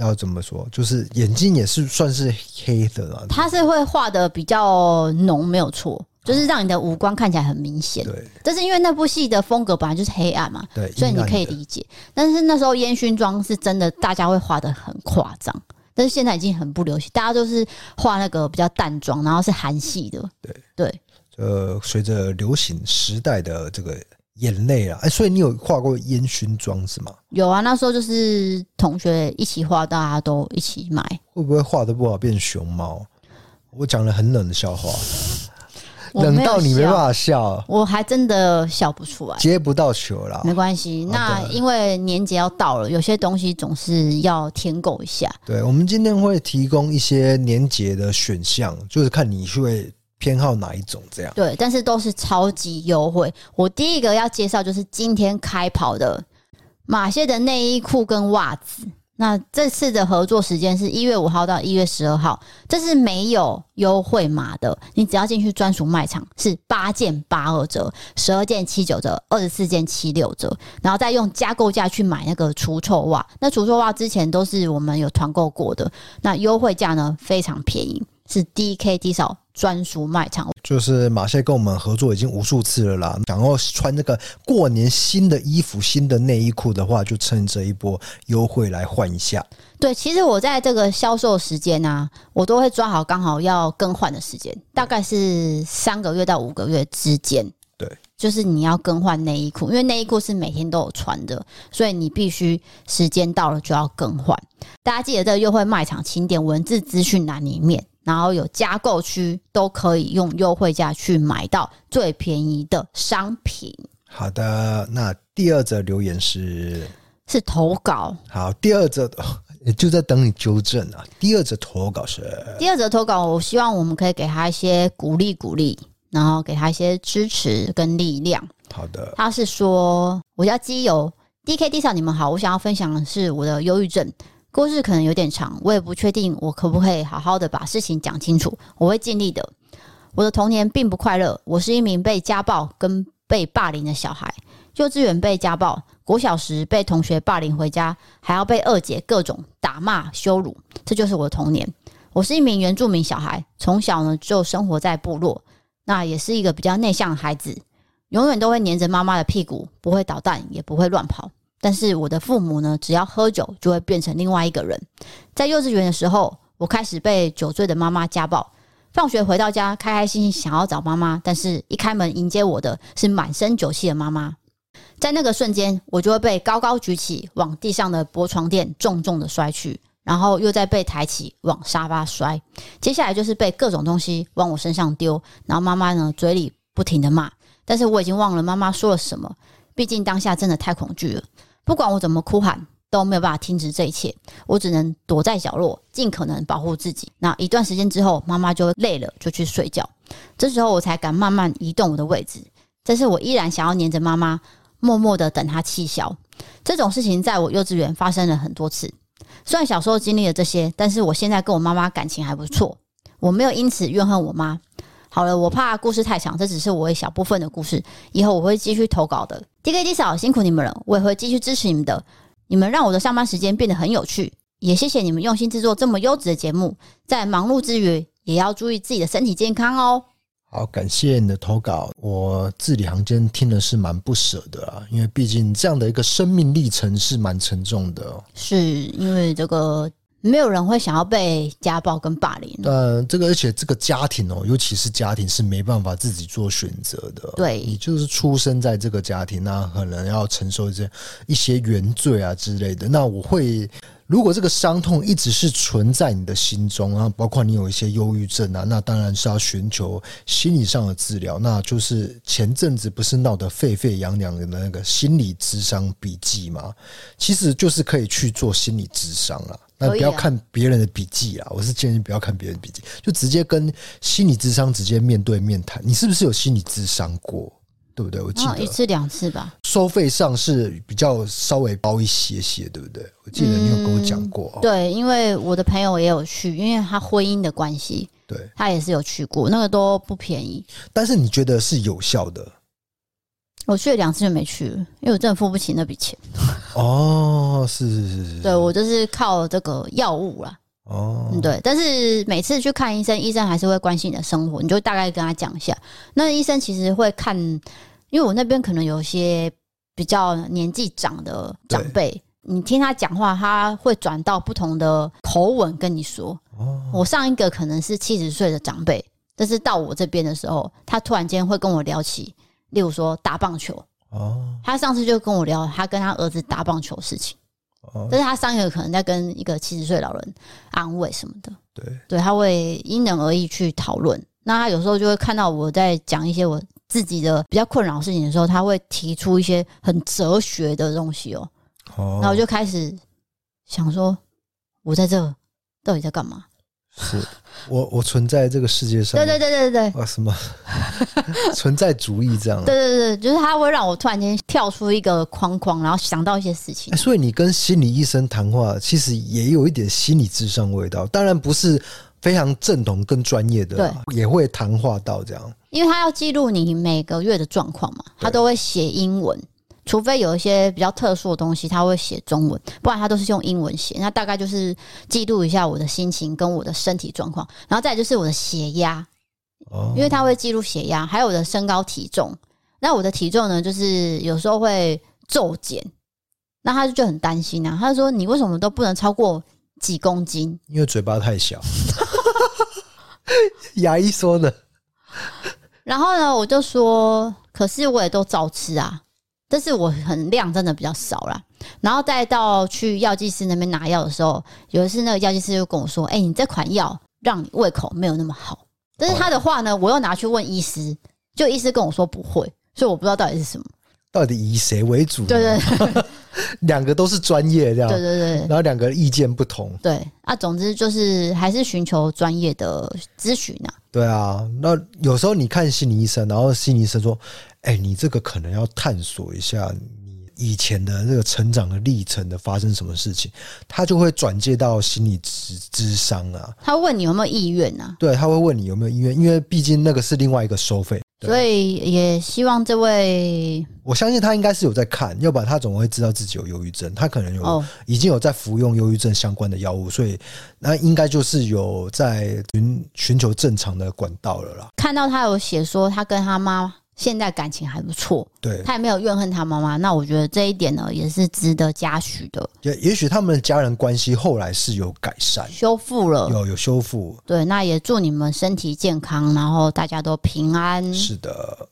[SPEAKER 1] 要怎么说？就是眼睛也是算是黑的了，
[SPEAKER 2] 他是会画的比较浓，没有错，就是让你的五官看起来很明显。
[SPEAKER 1] 对
[SPEAKER 2] 但是因为那部戏的风格本来就是黑暗嘛，
[SPEAKER 1] 对，
[SPEAKER 2] 所以
[SPEAKER 1] 阴
[SPEAKER 2] 你
[SPEAKER 1] 暗
[SPEAKER 2] 可以
[SPEAKER 1] 的
[SPEAKER 2] 理解。但是那时候烟熏妆是真的，大家会画的很夸张。但是现在已经很不流行，大家都是画那个比较淡妆，然后是韩系的。
[SPEAKER 1] 对
[SPEAKER 2] 对，
[SPEAKER 1] 呃，随着流行时代的这个眼泪啊，哎、所以你有化过烟熏妆是吗？
[SPEAKER 2] 有啊，那时候就是同学一起画，大家都一起买。
[SPEAKER 1] 会不会画的不好变熊猫？我讲了很冷的笑话，
[SPEAKER 2] 我
[SPEAKER 1] 冷
[SPEAKER 2] 没有
[SPEAKER 1] 到你没
[SPEAKER 2] 笑
[SPEAKER 1] 办法笑，
[SPEAKER 2] 我还真的笑不出来。
[SPEAKER 1] 接不到球啦。
[SPEAKER 2] 没关系，
[SPEAKER 1] 啊
[SPEAKER 2] 那因为年节要到了，有些东西总是要添购一下。
[SPEAKER 1] 对，我们今天会提供一些年节的选项，就是看你会偏好哪一种这样。
[SPEAKER 2] 对，但是都是超级优惠。我第一个要介绍就是今天开跑的马歇的内衣裤跟袜子。那这次的合作时间是一月五号到一月十二号，这是没有优惠码的，你只要进去专属卖场是八件八二折，十二件七九折，二十四件七六折，然后再用加购价去买那个除臭袜。那除臭袜之前都是我们有团购过的，那优惠价呢非常便宜，是 DK D 少专属卖场。
[SPEAKER 1] 就是马赛跟我们合作已经无数次了啦，想要穿这个过年新的衣服、新的内衣裤的话，就趁这一波优惠来换一下。
[SPEAKER 2] 对，其实我在这个销售时间啊，我都会抓好刚好要更换的时间，大概是三个月到五个月之间。
[SPEAKER 1] 对，
[SPEAKER 2] 就是你要更换内衣裤，因为内衣裤是每天都有穿的，所以你必须时间到了就要更换。大家记得这个优惠卖场，请点文字资讯栏里面，然后有加购区都可以用优惠价去买到最便宜的商品。
[SPEAKER 1] 好的，那第二则留言是
[SPEAKER 2] 是投稿，
[SPEAKER 1] 好，第二则、 也就在等你纠正啊。第二则投稿是
[SPEAKER 2] 第二则投稿，我希望我们可以给他一些鼓励鼓励，然后给他一些支持跟力量。
[SPEAKER 1] 好的，
[SPEAKER 2] 他是说，我叫基友 D K D 上，你们好，我想要分享的是我的忧郁症。故事可能有点长，我也不确定我可不可以好好的把事情讲清楚，我会尽力的。我的童年并不快乐，我是一名被家暴跟被霸凌的小孩。幼稚园被家暴，国小时被同学霸凌回家，还要被二姐各种打骂羞辱，这就是我的童年。我是一名原住民小孩，从小呢就生活在部落，那也是一个比较内向的孩子，永远都会黏着妈妈的屁股，不会捣蛋，也不会乱跑。但是我的父母呢，只要喝酒就会变成另外一个人。在幼稚园的时候，我开始被酒醉的妈妈家暴。放学回到家，开开心心想要找妈妈，但是一开门迎接我的是满身酒气的妈妈。在那个瞬间，我就会被高高举起，往地上的薄床垫重重的摔去，然后又再被抬起往沙发摔。接下来就是被各种东西往我身上丢，然后妈妈呢嘴里不停的骂，但是我已经忘了妈妈说了什么，毕竟当下真的太恐惧了。不管我怎么哭喊，都没有办法停止这一切，我只能躲在角落，尽可能保护自己。那一段时间之后，妈妈就累了，就去睡觉。这时候我才敢慢慢移动我的位置，但是我依然想要黏着妈妈，默默的等她气消。这种事情在我幼稚园发生了很多次。虽然小时候经历了这些，但是我现在跟我妈妈感情还不错，我没有因此怨恨我妈。好了，我怕故事太长，这只是我一小部分的故事，以后我会继续投稿的。D K D 嫂辛苦你们了，我也会继续支持你们的。你们让我的上班时间变得很有趣，也谢谢你们用心制作这么优质的节目。在忙碌之余，也要注意自己的身体健康哦。
[SPEAKER 1] 好，感谢你的投稿。我字里行间听的是蛮不舍的啊，因为毕竟这样的一个生命历程是蛮沉重的、哦。
[SPEAKER 2] 是因为这个没有人会想要被家暴跟霸凌，
[SPEAKER 1] 呃，这个而且这个家庭哦，尤其是家庭是没办法自己做选择的。
[SPEAKER 2] 对
[SPEAKER 1] 你就是出生在这个家庭，那可能要承受这一些原罪啊之类的。那我会，如果这个伤痛一直是存在你的心中啊，包括你有一些忧郁症啊，那当然是要寻求心理上的治疗。那就是前阵子不是闹得沸沸扬扬的那个心理智商笔记吗？其实就是可以去做心理智商啊。那
[SPEAKER 2] 可以
[SPEAKER 1] 不要
[SPEAKER 2] 啊
[SPEAKER 1] 看。看别人的笔记啊，我是建议不要看别人笔记，就直接跟心理智商直接面对面谈。你是不是有心理智商过？对不对？我记
[SPEAKER 2] 然后啊一
[SPEAKER 1] 得
[SPEAKER 2] 次两次吧。
[SPEAKER 1] 收费上是比较稍微高一些些，对不对？我记得你有跟我讲过、哦。
[SPEAKER 2] 对，因为我的朋友也有去，因为他婚姻的关系，
[SPEAKER 1] 对，
[SPEAKER 2] 他也是有去过，那个都不便宜。
[SPEAKER 1] 但是你觉得是有效的
[SPEAKER 2] 我去了两次就没去了，因为我真的付不起那笔钱。
[SPEAKER 1] 哦？是是是是，
[SPEAKER 2] 对我就是靠这个药物啦，
[SPEAKER 1] 哦，
[SPEAKER 2] 嗯，对。但是每次去看医生，医生还是会关心你的生活，你就大概跟他讲一下。那医生其实会看，因为我那边可能有一些比较年纪长的长辈，你听他讲话，他会转到不同的口吻跟你说。
[SPEAKER 1] 哦，
[SPEAKER 2] 我上一个可能是七十岁的长辈，但是到我这边的时候，他突然间会跟我聊起，例如说打棒球，
[SPEAKER 1] 哦
[SPEAKER 2] 他上次就跟我聊他跟他儿子打棒球的事情，
[SPEAKER 1] 哦，
[SPEAKER 2] 但是他上一个可能在跟一个七十岁老人安慰什么的，
[SPEAKER 1] 对，
[SPEAKER 2] 对，他会因人而异去讨论。那他有时候就会看到我在讲一些我自己的比较困扰的事情的时候，他会提出一些很哲学的东西哦，
[SPEAKER 1] 哦，
[SPEAKER 2] 然后我就开始想说，我在这到底在干嘛？
[SPEAKER 1] 是我我存在这个世界上，
[SPEAKER 2] 对对对对对。
[SPEAKER 1] 啊什么 存在主义这样、啊
[SPEAKER 2] 对，对对，就是他会让我突然间跳出一个框框，然后想到一些事情
[SPEAKER 1] 哎，。所以你跟心理医生谈话，其实也有一点心理智商味道，当然不是非常正统、更专业的啦，也会谈话到这样。
[SPEAKER 2] 因为他要记录你每个月的状况嘛，他都会写英文，除非有一些比较特殊的东西，他会写中文，不然他都是用英文写。那大概就是记录一下我的心情跟我的身体状况，然后再来就是我的血压，
[SPEAKER 1] 哦，
[SPEAKER 2] 因为他会记录血压，还有我的身高体重。那我的体重呢，就是有时候会骤减，那他就很担心啊，他就说你为什么都不能超过几公斤？
[SPEAKER 1] 因为嘴巴太小， 牙医说的。
[SPEAKER 2] 然后呢，我就说，可是我也都照吃啊，但是我很量真的比较少啦。然后再到去药剂师那边拿药的时候，有一次那个药剂师就跟我说：“哎、你这款药让你胃口没有那么好。”但是他的话呢，我又拿去问医师，就医师跟我说不会，所以我不知道到底是什么。
[SPEAKER 1] 到底以谁为主？
[SPEAKER 2] 对 对，对
[SPEAKER 1] 两个都是专业这样，
[SPEAKER 2] 对对对
[SPEAKER 1] 然后两个意见不同，
[SPEAKER 2] 对啊，总之就是还是寻求专业的咨询啊。
[SPEAKER 1] 对啊。那有时候你看心理医生，然后心理医生说：“哎、你这个可能要探索一下你以前的这个成长的历程的发生什么事情。”他就会转介到心理咨咨商啊。
[SPEAKER 2] 他问你有没有意愿啊？
[SPEAKER 1] 对，他会问你有没有意愿，因为毕竟那个是另外一个收费。对
[SPEAKER 2] 所以也希望这位
[SPEAKER 1] 我相信他应该是有在看，要不然他总会知道自己有忧郁症，他可能有、
[SPEAKER 2] 哦
[SPEAKER 1] 已经有在服用忧郁症相关的药物，所以那应该就是有在寻寻求正常的管道了啦。
[SPEAKER 2] 看到他有写说他跟他妈现在感情还不错，
[SPEAKER 1] 对，
[SPEAKER 2] 他也没有怨恨他妈妈，那我觉得这一点呢也是值得嘉许的，
[SPEAKER 1] 也也许他们的家人关系后来是有改善，哦
[SPEAKER 2] 修复了。
[SPEAKER 1] 有有修复，
[SPEAKER 2] 对，那也祝你们身体健康，然后大家都平安。
[SPEAKER 1] 是的。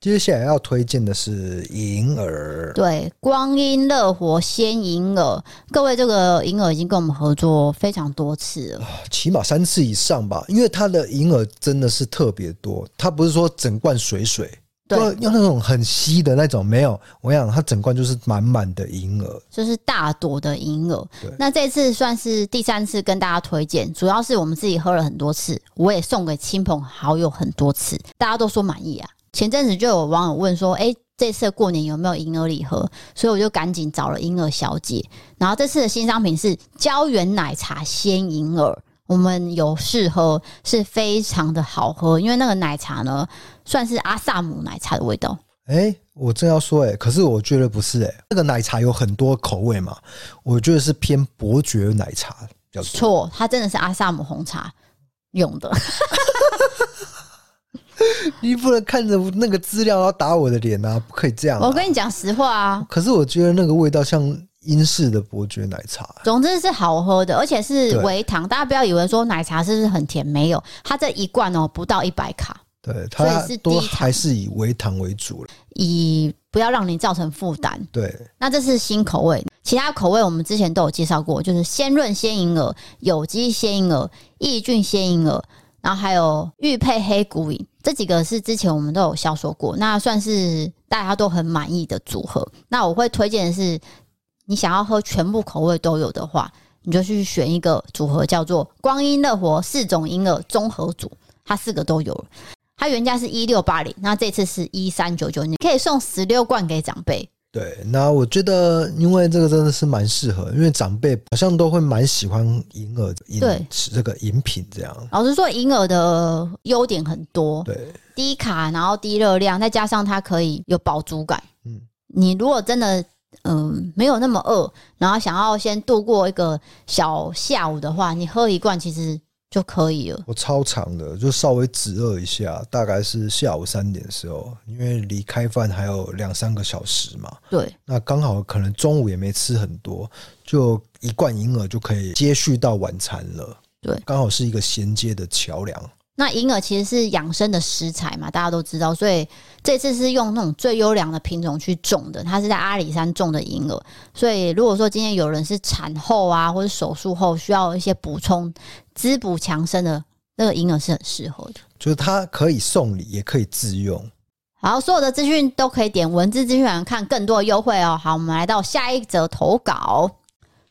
[SPEAKER 1] 接下来要推荐的是银耳，
[SPEAKER 2] 对，光阴乐活先银耳，各位这个银耳已经跟我们合作非常多次了，
[SPEAKER 1] 起码三次以上吧，因为它的银耳真的是特别多，它不是说整罐水水，
[SPEAKER 2] 对
[SPEAKER 1] 要要那种很稀的那种，没有。我想它整罐就是满满的银额，
[SPEAKER 2] 就是大朵的银耳
[SPEAKER 1] 对。
[SPEAKER 2] 那这次算是第三次跟大家推荐，主要是我们自己喝了很多次，我也送给亲朋好友很多次，大家都说满意啊。前阵子就有网友问说，哎、这次过年有没有银耳礼盒？所以我就赶紧找了银耳小姐。然后这次的新商品是胶原奶茶鲜银耳，我们有试喝，是非常的好喝，因为那个奶茶呢，算是阿萨姆奶茶的味道。
[SPEAKER 1] 哎、我正要说哎、可是我觉得不是哎、这个奶茶有很多口味嘛，我觉得是偏伯爵奶茶比较多。
[SPEAKER 2] 错，它真的是阿萨姆红茶用的。
[SPEAKER 1] 你不能看着那个资料然后打我的脸啊，不可以这样、
[SPEAKER 2] 我
[SPEAKER 1] 啊。
[SPEAKER 2] 跟你讲实话啊，
[SPEAKER 1] 可是我觉得那个味道像英式的伯爵奶茶、
[SPEAKER 2] 总之是好喝的，而且是
[SPEAKER 1] 对
[SPEAKER 2] 微糖。大家不要以为说奶茶是不是很甜，没有，它这一罐哦不到一百卡，
[SPEAKER 1] 对，
[SPEAKER 2] 所
[SPEAKER 1] 它
[SPEAKER 2] 以是低
[SPEAKER 1] 都
[SPEAKER 2] 糖
[SPEAKER 1] 还是以微糖为主了。
[SPEAKER 2] 以不要让你造成负担。
[SPEAKER 1] 对，
[SPEAKER 2] 那这是新口味，其他口味我们之前都有介绍过，就是鲜润鲜银耳、有机鲜银耳、抑菌鲜银耳，然后还有玉佩黑谷饮，这几个是之前我们都有销售过，那算是大家都很满意的组合。那我会推荐的是，你想要喝全部口味都有的话，你就去选一个组合叫做“光阴乐活四种银耳综合组”，它四个都有了。它原价是一六八零，那这次是一三九九，你可以送十六罐给长辈。
[SPEAKER 1] 对，那我觉得，因为这个真的是蛮适合，因为长辈好像都会蛮喜欢银耳饮
[SPEAKER 2] 对
[SPEAKER 1] 这个饮品这样。
[SPEAKER 2] 老实说，银耳的优点很多，
[SPEAKER 1] 对，
[SPEAKER 2] 低卡，然后低热量，再加上它可以有饱足感。
[SPEAKER 1] 嗯
[SPEAKER 2] 你如果真的嗯、没有那么饿，然后想要先度过一个小下午的话，你喝一罐其实就可以了。
[SPEAKER 1] 我超长的，就稍微止饿一下，大概是下午三点的时候，因为离开饭还有两三个小时嘛。
[SPEAKER 2] 对，
[SPEAKER 1] 那刚好可能中午也没吃很多，就一罐银耳就可以接续到晚餐了。
[SPEAKER 2] 对
[SPEAKER 1] 刚好是一个衔接的桥梁。
[SPEAKER 2] 那银耳其实是养生的食材嘛，大家都知道，所以这次是用那种最优良的品种去种的，它是在阿里山种的银耳。所以如果说今天有人是产后啊，或者手术后需要一些补充滋补强身的，那个银耳是很适合的。
[SPEAKER 1] 就是它可以送礼，也可以自用。
[SPEAKER 2] 好，所有的资讯都可以点文字资讯栏看更多的优惠哦。好，我们来到下一则投稿。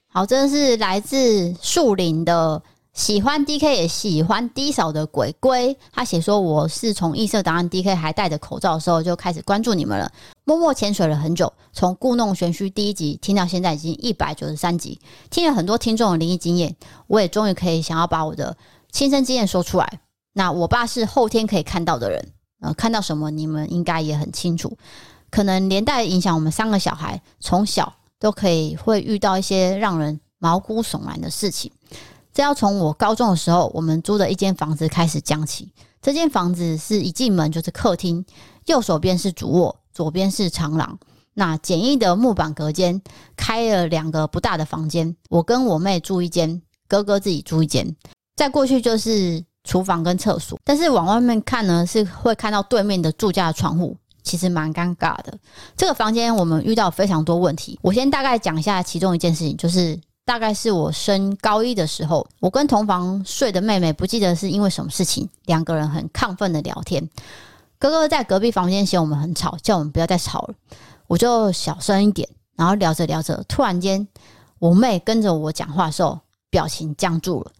[SPEAKER 2] 好，这是来自树林的喜欢 DK 也喜欢低扫的鬼鬼，他写说我是从异色档案 DK 还戴着口罩的时候就开始关注你们了，默默潜水了很久，从故弄玄虚第一集听到现在已经一百九十三集，听了很多听众的灵异经验，我也终于可以想要把我的亲身经验说出来。那我爸是后天可以看到的人，呃，看到什么你们应该也很清楚，可能连带影响我们三个小孩从小都可以会遇到一些让人毛骨悚然的事情。这要从我高中的时候，我们租的一间房子开始讲起。这间房子是一进门就是客厅，右手边是主卧，左边是长廊。那简易的木板隔间，开了两个不大的房间，我跟我妹住一间，哥哥自己住一间。再过去就是厨房跟厕所，但是往外面看呢，是会看到对面的住家的窗户，其实蛮尴尬的。这个房间我们遇到非常多问题，我先大概讲一下其中一件事情，就是。大概是我升高一的时候，我跟同房睡的妹妹不记得是因为什么事情，两个人很亢奋的聊天。哥哥在隔壁房间嫌我们很吵，叫我们不要再吵了，我就小声一点。然后聊着聊着，突然间，我妹跟着我讲话的时候，表情僵住了。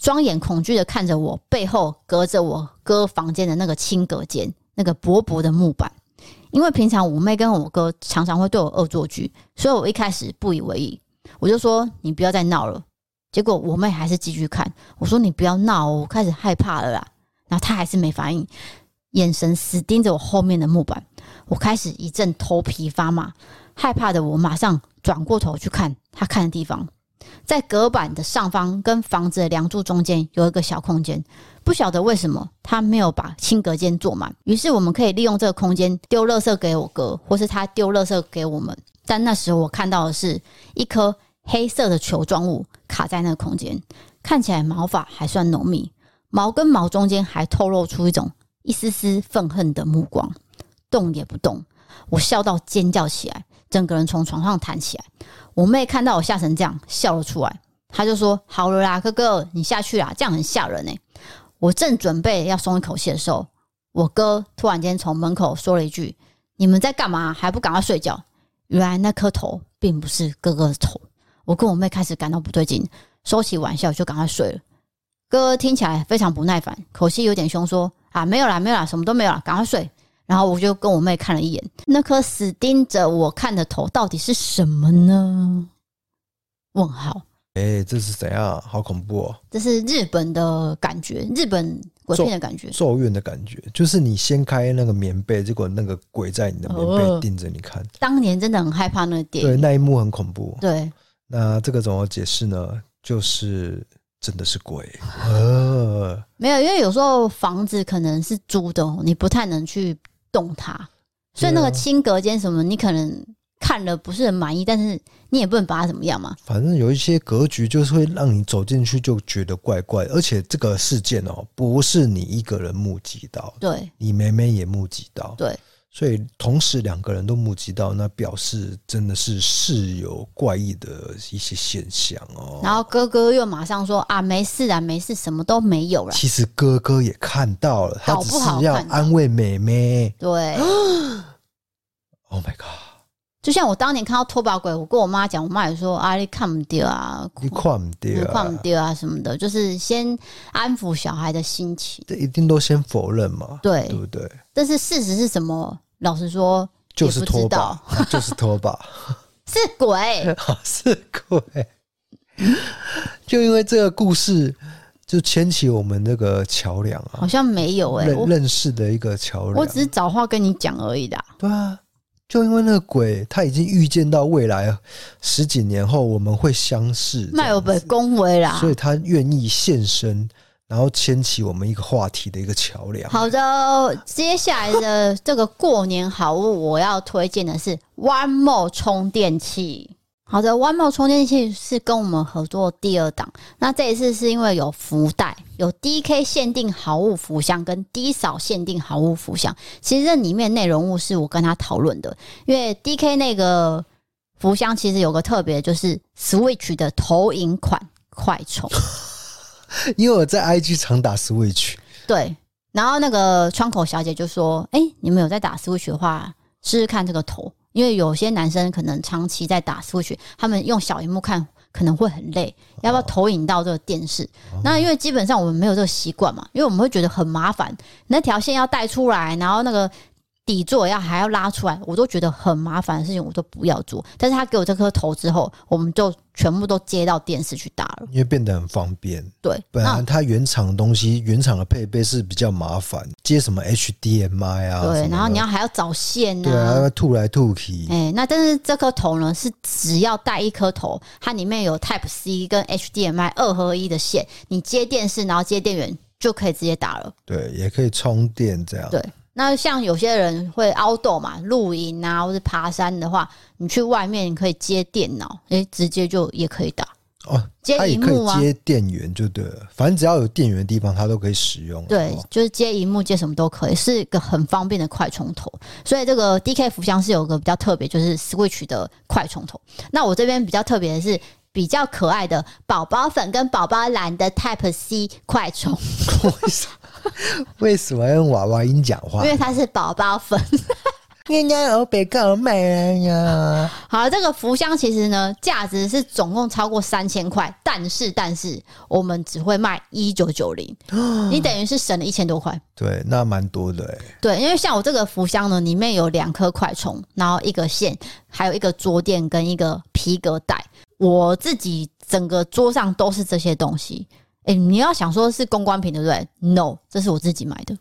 [SPEAKER 2] 双眼恐惧的看着我，背后隔着我哥房间的那个轻隔间，那个薄薄的木板。因为平常我妹跟我哥常常会对我恶作剧，所以我一开始不以为意，我就说你不要再闹哦了。结果我妹还是继续看，我说你不要闹哦，我开始害怕了啦。然后她还是没反应，眼神死盯着我后面的木板。我开始一阵头皮发麻，害怕的我马上转过头去看她看的地方。在隔板的上方跟房子的梁柱中间有一个小空间，不晓得为什么他没有把新隔间做满，于是我们可以利用这个空间丢垃圾给我哥，或是他丢垃圾给我们。但那时候我看到的是一颗黑色的球状物卡在那个空间，看起来毛发还算浓密，毛跟毛中间还透露出一种一丝丝愤恨的目光，动也不动。我笑到尖叫起来，整个人从床上弹起来。我妹看到我吓成这样，笑了出来，她就说：“好欸了啦，哥哥，你下去啦，这样很吓人呢、我正准备要松一口气的时候，我哥突然间从门口说了一句：“你们在干嘛？还不赶快睡觉？”原来那颗头并不是哥哥的头。我跟我妹开始感到不对劲，收起玩笑就赶快睡了。哥哥听起来非常不耐烦，口气有点凶，说：“啊，没有啦，没有啦，什么都没有啦，赶快睡。”然后我就跟我妹看了一眼，那颗死盯着我看的头到底是什么呢？问号。
[SPEAKER 1] 哎、这是怎样？好恐怖哦！
[SPEAKER 2] 这是日本的感觉，日本鬼片的感觉。
[SPEAKER 1] 咒怨的感觉，就是你掀开那个棉被，结果那个鬼在你的棉
[SPEAKER 2] 哦
[SPEAKER 1] 被盯着你看。
[SPEAKER 2] 当年真的很害怕那个电
[SPEAKER 1] 对，
[SPEAKER 2] 影，
[SPEAKER 1] 那一幕很恐怖。
[SPEAKER 2] 对，
[SPEAKER 1] 那这个怎么解释呢？就是真的是鬼，
[SPEAKER 2] 啊
[SPEAKER 1] 呃，
[SPEAKER 2] 没有，因为有时候房子可能是租的哦，你不太能去动它，所以那个
[SPEAKER 1] 对啊
[SPEAKER 2] 清隔间什么，你可能看了不是很满意，但是你也不能把它怎么样嘛。
[SPEAKER 1] 反正有一些格局就是会让你走进去就觉得怪怪，而且这个事件哦，不是你一个人目击到，
[SPEAKER 2] 对
[SPEAKER 1] 你妹妹也目击到，
[SPEAKER 2] 对，
[SPEAKER 1] 所以同时两个人都目击到，那表示真的是是有怪异的一些现象哦。
[SPEAKER 2] 然后哥哥又马上说啊，没事啊，没事，什么都没有啦。
[SPEAKER 1] 其实哥哥也看到了，他
[SPEAKER 2] 搞
[SPEAKER 1] 只
[SPEAKER 2] 不好
[SPEAKER 1] 是要
[SPEAKER 2] 看到
[SPEAKER 1] 安慰妹妹。
[SPEAKER 2] 对，
[SPEAKER 1] Oh my god！
[SPEAKER 2] 就像我当年看到拖把鬼，我跟我妈讲，我妈也说啊，你看不掉啊，
[SPEAKER 1] 你看不
[SPEAKER 2] 你
[SPEAKER 1] 掉
[SPEAKER 2] 看不
[SPEAKER 1] 啊，
[SPEAKER 2] 掉啊什么的，就是先安抚小孩的心情。
[SPEAKER 1] 这一定都先否认嘛，
[SPEAKER 2] 对
[SPEAKER 1] 对不对？
[SPEAKER 2] 但是事实是什么？老实说，
[SPEAKER 1] 就是
[SPEAKER 2] 也不知
[SPEAKER 1] 拖把
[SPEAKER 2] 道，
[SPEAKER 1] 啊 就是拖把，
[SPEAKER 2] 是 鬼。
[SPEAKER 1] 啊是鬼。 就因为这个故事，就牵起我们那个桥梁
[SPEAKER 2] 好
[SPEAKER 1] 啊，
[SPEAKER 2] 像没有哎、
[SPEAKER 1] 认
[SPEAKER 2] 我
[SPEAKER 1] 认识的一个桥
[SPEAKER 2] 我
[SPEAKER 1] 梁
[SPEAKER 2] 只。是找话跟你讲而已啦。
[SPEAKER 1] 对啊，就因为那个鬼，他已经预见到未来十几年后我们会相识，
[SPEAKER 2] 麦有啊被恭维啦
[SPEAKER 1] 所。以他愿意现身，然后牵起我们一个话题的一个桥梁。
[SPEAKER 2] 好的，接下来的这个过年好物，我要推荐的是 One More 充电器。好的，One More 充电器是跟我们合作第二档，那这一次是因为有福袋，有 DK 限定好物福箱跟 D 扫限定好物福箱。其实这里面内容物是我跟他讨论的，因为 DK 那个福箱其实有个特别，就是 Switch 的投影款快充。
[SPEAKER 1] 因为我在 IG 常打 Switch，
[SPEAKER 2] 对，然后那个窗口小姐就说：“哎、你们有在打 Switch 的话，试试看这个头，因为有些男生可能长期在打 Switch，他们用小荧幕看可能会很累，要不要投影到这个电视？
[SPEAKER 1] 哦
[SPEAKER 2] 哦那因为基本上我们没有这个习惯嘛，因为我们会觉得很麻烦，那条线要带出来，然后那个。”底座要还要拉出来，我都觉得很麻烦的事情，我都不要做。但是他给我这颗头之后，我们就全部都接到电视去打了。
[SPEAKER 1] 因为变得很方便。
[SPEAKER 2] 对，
[SPEAKER 1] 本
[SPEAKER 2] 那
[SPEAKER 1] 来它原厂的东西，原厂的配备是比较麻烦，接什么 HDMI 啊，什么
[SPEAKER 2] 对，
[SPEAKER 1] 的
[SPEAKER 2] 然后你要还要找线
[SPEAKER 1] 对啊，要吐来吐去，
[SPEAKER 2] 哎、那但是这颗头呢，是只要带一颗头，它里面有 Type C 跟 HDMI 二合一的线，你接电视，然后接电源就可以直接打了。
[SPEAKER 1] 对，也可以充电这样。
[SPEAKER 2] 对那像有些人会 outdoor 嘛，露营啊，或是爬山的话，你去外面可以接电脑，哎、直接就也可以打。
[SPEAKER 1] 哦，
[SPEAKER 2] 接
[SPEAKER 1] 它也
[SPEAKER 2] 荧
[SPEAKER 1] 可
[SPEAKER 2] 幕
[SPEAKER 1] 以
[SPEAKER 2] 啊，
[SPEAKER 1] 接电源就对了，反正只要有电源的地方，它都可以使用。
[SPEAKER 2] 对
[SPEAKER 1] 哦，
[SPEAKER 2] 就是接荧幕、接什么都可以，是一个很方便的快充头。所以这个 DK 福箱是有个比较特别，就是 Switch 的快充头。那我这边比较特别的是。比较可爱的宝宝粉跟宝宝蓝的 Type C 快充，
[SPEAKER 1] 为什么为什么要用娃娃音讲
[SPEAKER 2] 因
[SPEAKER 1] 话？
[SPEAKER 2] 为它是宝宝粉。
[SPEAKER 1] 人家欧北告卖人呀，
[SPEAKER 2] 好了，这个福箱其实呢，价值是总共超过三千块，但是但是我们只会卖一九九零， 你等于是省了一千多块。
[SPEAKER 1] 对，那蛮多的哎、
[SPEAKER 2] 对，因为像我这个福箱呢，里面有两颗快充，然后一个线，还有一个桌垫跟一个皮革带。我自己整个桌上都是这些东西。哎、你要想说是公关品对不对？No，这是我自己买的。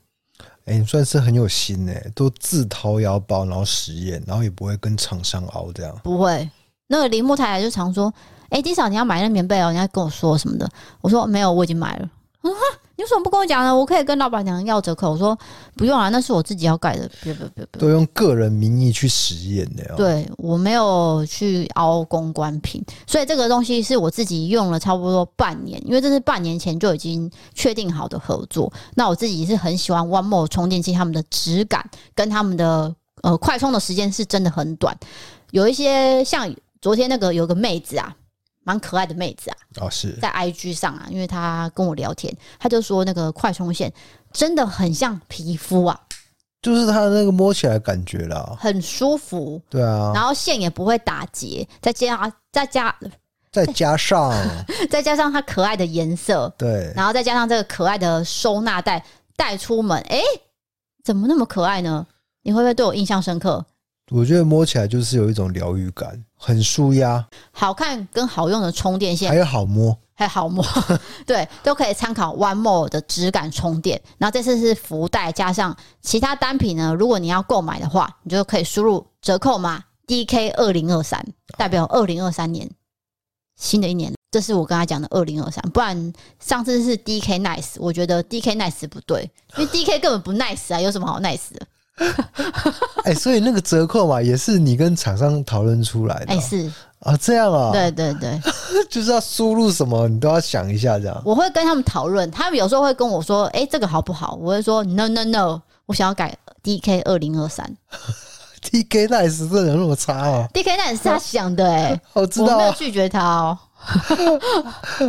[SPEAKER 1] 哎、你算是很有心哎、都自掏腰包，然后实验，然后也不会跟厂商熬这样。
[SPEAKER 2] 不会。那个铃木太太就常说：“哎、d 嫂，你要买那棉被哦，你要跟我说什么的。”我说：“没有，我已经买了。” 我说哈你为什么不跟我讲呢？我可以跟老板娘要折扣。我说不用啊，那是我自己要盖的。不不不不，
[SPEAKER 1] 都用个人名义去实验的、哦。，
[SPEAKER 2] 对我没有去凹公关品，所以这个东西是我自己用了差不多半年，因为这是半年前就已经确定好的合作。那我自己是很喜欢 One More 充电器，他们的质感跟他们的呃快充的时间是真的很短。有一些像昨天那个有个妹子啊，蛮可爱的妹子啊，
[SPEAKER 1] 哦是，
[SPEAKER 2] 在 IG 上啊，因为她跟我聊天，她就说那个快充线真的很像皮肤啊，
[SPEAKER 1] 就是它的那个摸起来的感觉啦。
[SPEAKER 2] 很舒服，
[SPEAKER 1] 对啊，
[SPEAKER 2] 然后线也不会打结，再加再加
[SPEAKER 1] 再加 上
[SPEAKER 2] 再加上它可爱的颜色，
[SPEAKER 1] 对，
[SPEAKER 2] 然后再加上这个可爱的收纳袋带出门，诶，怎么那么可爱呢？你会不会对我印象深刻？
[SPEAKER 1] 我觉得摸起来就是有一种疗愈感，很舒压，
[SPEAKER 2] 好看跟好用的充电线
[SPEAKER 1] 还有好 摸。
[SPEAKER 2] 还有好摸，对，都可以参考 One More 的质感充电。然后这次是福袋加上其他单品呢，如果你要购买的话，你就可以输入折扣码 DK 二零二三，代表二零二三年新的一年。这是我刚才讲的二零二三，不然上次是 DK Nice，我觉得 DK Nice 不对，因为 DK 根本不 Nice 啊，有什么好 Nice 的？
[SPEAKER 1] 哎、所以那个折扣嘛，也是你跟厂商讨论出来的
[SPEAKER 2] 哎、
[SPEAKER 1] 啊、
[SPEAKER 2] 是
[SPEAKER 1] 啊这样啊，
[SPEAKER 2] 对对对，
[SPEAKER 1] 就是要输入什么，你都要想一下这样。
[SPEAKER 2] 我会跟他们讨论，他们有时候会跟我说：“哎、这个好不好？”我会说：“No No No，我想要改 DK 二零二三
[SPEAKER 1] T K Nice 真的有那么差啊？
[SPEAKER 2] DK 那也是他想的哎、
[SPEAKER 1] 我知
[SPEAKER 2] 我
[SPEAKER 1] 道
[SPEAKER 2] 没有
[SPEAKER 1] 啊
[SPEAKER 2] 拒绝他哦。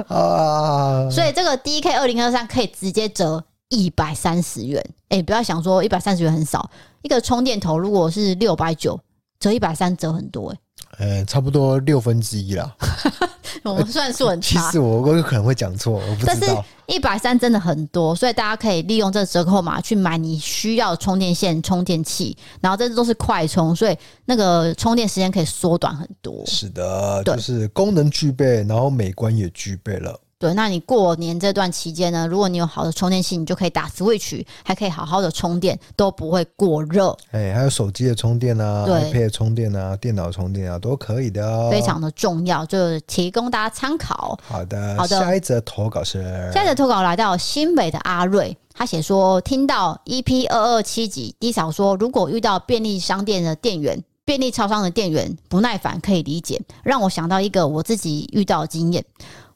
[SPEAKER 1] 啊，
[SPEAKER 2] 所以这个 DK 二零二三可以直接折一百三十元，哎、不要想说一百三十元很少，一个充电头如果是六百九，折一百三折很多哎、
[SPEAKER 1] 呃、差不多六分之一啦。
[SPEAKER 2] 我们算数很
[SPEAKER 1] 其
[SPEAKER 2] 差。
[SPEAKER 1] 实我我有可能会讲错，我不
[SPEAKER 2] 但
[SPEAKER 1] 知
[SPEAKER 2] 是
[SPEAKER 1] 道。
[SPEAKER 2] 一百三真的很多，所以大家可以利用这个折扣码去买你需要的充电线、充电器，然后这都是快充，所以那个充电时间可以缩短很多。
[SPEAKER 1] 是的，
[SPEAKER 2] 对
[SPEAKER 1] 就是功能具备，然后美观也具备了。
[SPEAKER 2] 对，那你过年这段期间呢，如果你有好的充电器，你就可以打 Switch，还可以好好的充电，都不会过热，
[SPEAKER 1] 哎、还有手机的充电啊
[SPEAKER 2] 对
[SPEAKER 1] ，iPad 的充电啊，电脑充电啊，都可以的哦。
[SPEAKER 2] 非常的重要，就提供大家参考。
[SPEAKER 1] 好的，
[SPEAKER 2] 好的
[SPEAKER 1] 下一则投稿是，
[SPEAKER 2] 下一则投稿来到新北的阿瑞，他写说听到 EP 二二七集，低嫂说如果遇到便利商店的店员、便利超商的店员不耐烦，可以理解，让我想到一个我自己遇到的经验。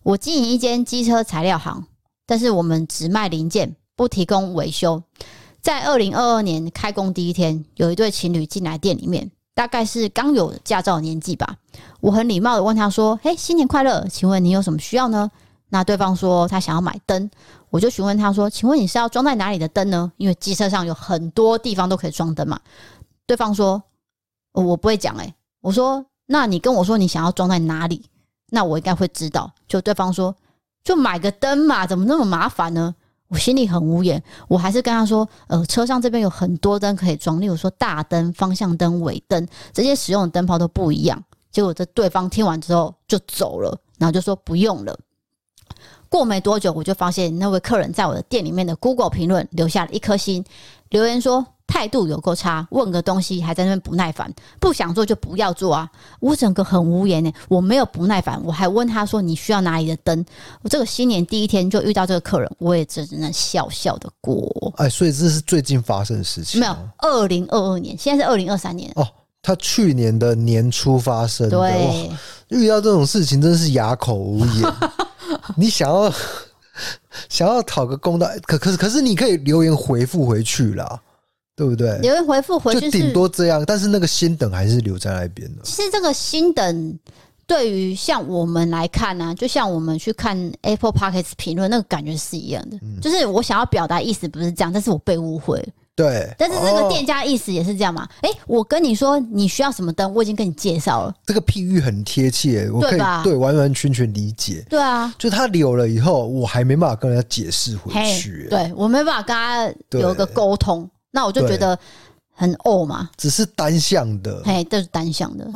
[SPEAKER 2] 我经营一间机车材料行，但是我们只卖零件，不提供维修。在二零二二年开工第一天，有一对情侣进来店里面，大概是刚有驾照的年纪吧。我很礼貌的问他说：“嘿，新年快乐，请问你有什么需要呢？”那对方说他想要买灯，我就询问他说：“请问你是要装在哪里的灯呢？因为机车上有很多地方都可以装灯嘛。”对方说：“哦、我不会讲。”诶，我说：“那你跟我说你想要装在哪里，那我应该会知道。”就对方说：“就买个灯嘛，怎么那么麻烦呢？”我心里很无言，我还是跟他说：“呃，车上这边有很多灯可以装，例如说大灯、方向灯、尾灯，这些使用的灯泡都不一样。”结果这对方听完之后就走了，然后就说不用了。过没多久，我就发现那位客人在我的店里面的 Google 评论留下了一颗星，留言说态度有够差，问个东西还在那边不耐烦，不想做就不要做啊！我整个很无言呢、欸我没有不耐烦，我还问他说你需要哪里的灯？我这个新年第一天就遇到这个客人，我也只能笑笑的过。
[SPEAKER 1] 哎，所以这是最近发生的事情
[SPEAKER 2] 没
[SPEAKER 1] 哦、
[SPEAKER 2] 有，二零二二年，现在是二零二三年，
[SPEAKER 1] 哦，他去年的年初发生的，哇
[SPEAKER 2] 对，
[SPEAKER 1] 遇到这种事情真是哑口无 言。你想要想要讨个公道，可可是可是你可以留言回复回去啦，对不对？
[SPEAKER 2] 留言回复回
[SPEAKER 1] 就
[SPEAKER 2] 去
[SPEAKER 1] 顶
[SPEAKER 2] 是
[SPEAKER 1] 多这样，但是那个心等还是留在那边的。
[SPEAKER 2] 其实这个新等对于像我们来看呢、就像我们去看 Apple p o c k e t s 评论，那个感觉是一样的。
[SPEAKER 1] 嗯
[SPEAKER 2] 就是我想要表达意思不是这样，但是我被误会了。
[SPEAKER 1] 对，
[SPEAKER 2] 但是那个店
[SPEAKER 1] 哦、
[SPEAKER 2] 家意思也是这样嘛？诶，我跟你说你需要什么灯，我已经跟你介绍了。
[SPEAKER 1] 这个譬喻很贴切，我可
[SPEAKER 2] 对
[SPEAKER 1] 以
[SPEAKER 2] 吧
[SPEAKER 1] 对完完全全理解。
[SPEAKER 2] 对啊，
[SPEAKER 1] 就他留了以后，我还没办法跟人家解释回
[SPEAKER 2] 嘿
[SPEAKER 1] 去、，欸
[SPEAKER 2] 对我没办法跟他
[SPEAKER 1] 对
[SPEAKER 2] 有一个沟通，那我就觉得很哦嘛。
[SPEAKER 1] 只是单向的。哦
[SPEAKER 2] 嘿，这是单向的。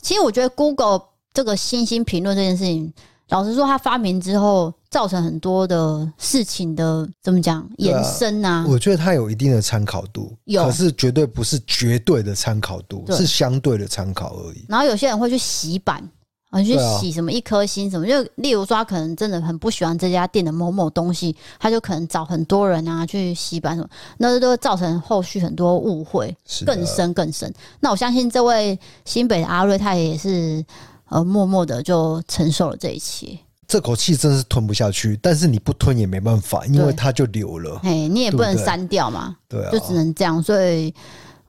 [SPEAKER 2] 其实我觉得 Google 这个星星评论这件事情，老实说，它发明之后造成很多的事情的怎么讲
[SPEAKER 1] 对啊
[SPEAKER 2] 延伸啊？
[SPEAKER 1] 我觉得它有一定的参考度，
[SPEAKER 2] 有
[SPEAKER 1] 可是绝对不是绝对的参考度，
[SPEAKER 2] 对
[SPEAKER 1] 是相对的参考而已。
[SPEAKER 2] 然后有些人会去洗版。啊，去
[SPEAKER 1] 对啊
[SPEAKER 2] 洗什么一颗星什么，就例如说，他可能真的很不喜欢这家店的某某东西，他就可能找很多人啊去洗版什么，那都会造成后续很多误会。
[SPEAKER 1] 是的
[SPEAKER 2] 更深更深。那我相信这位新北的阿瑞，他也是呃默默的就承受了这一切。
[SPEAKER 1] 这口气真是吞不下去，但是你不吞也没办法，因为它就流了。
[SPEAKER 2] 嘿，你也不能
[SPEAKER 1] 对不对
[SPEAKER 2] 删掉嘛，
[SPEAKER 1] 对啊，
[SPEAKER 2] 就只能这样。所以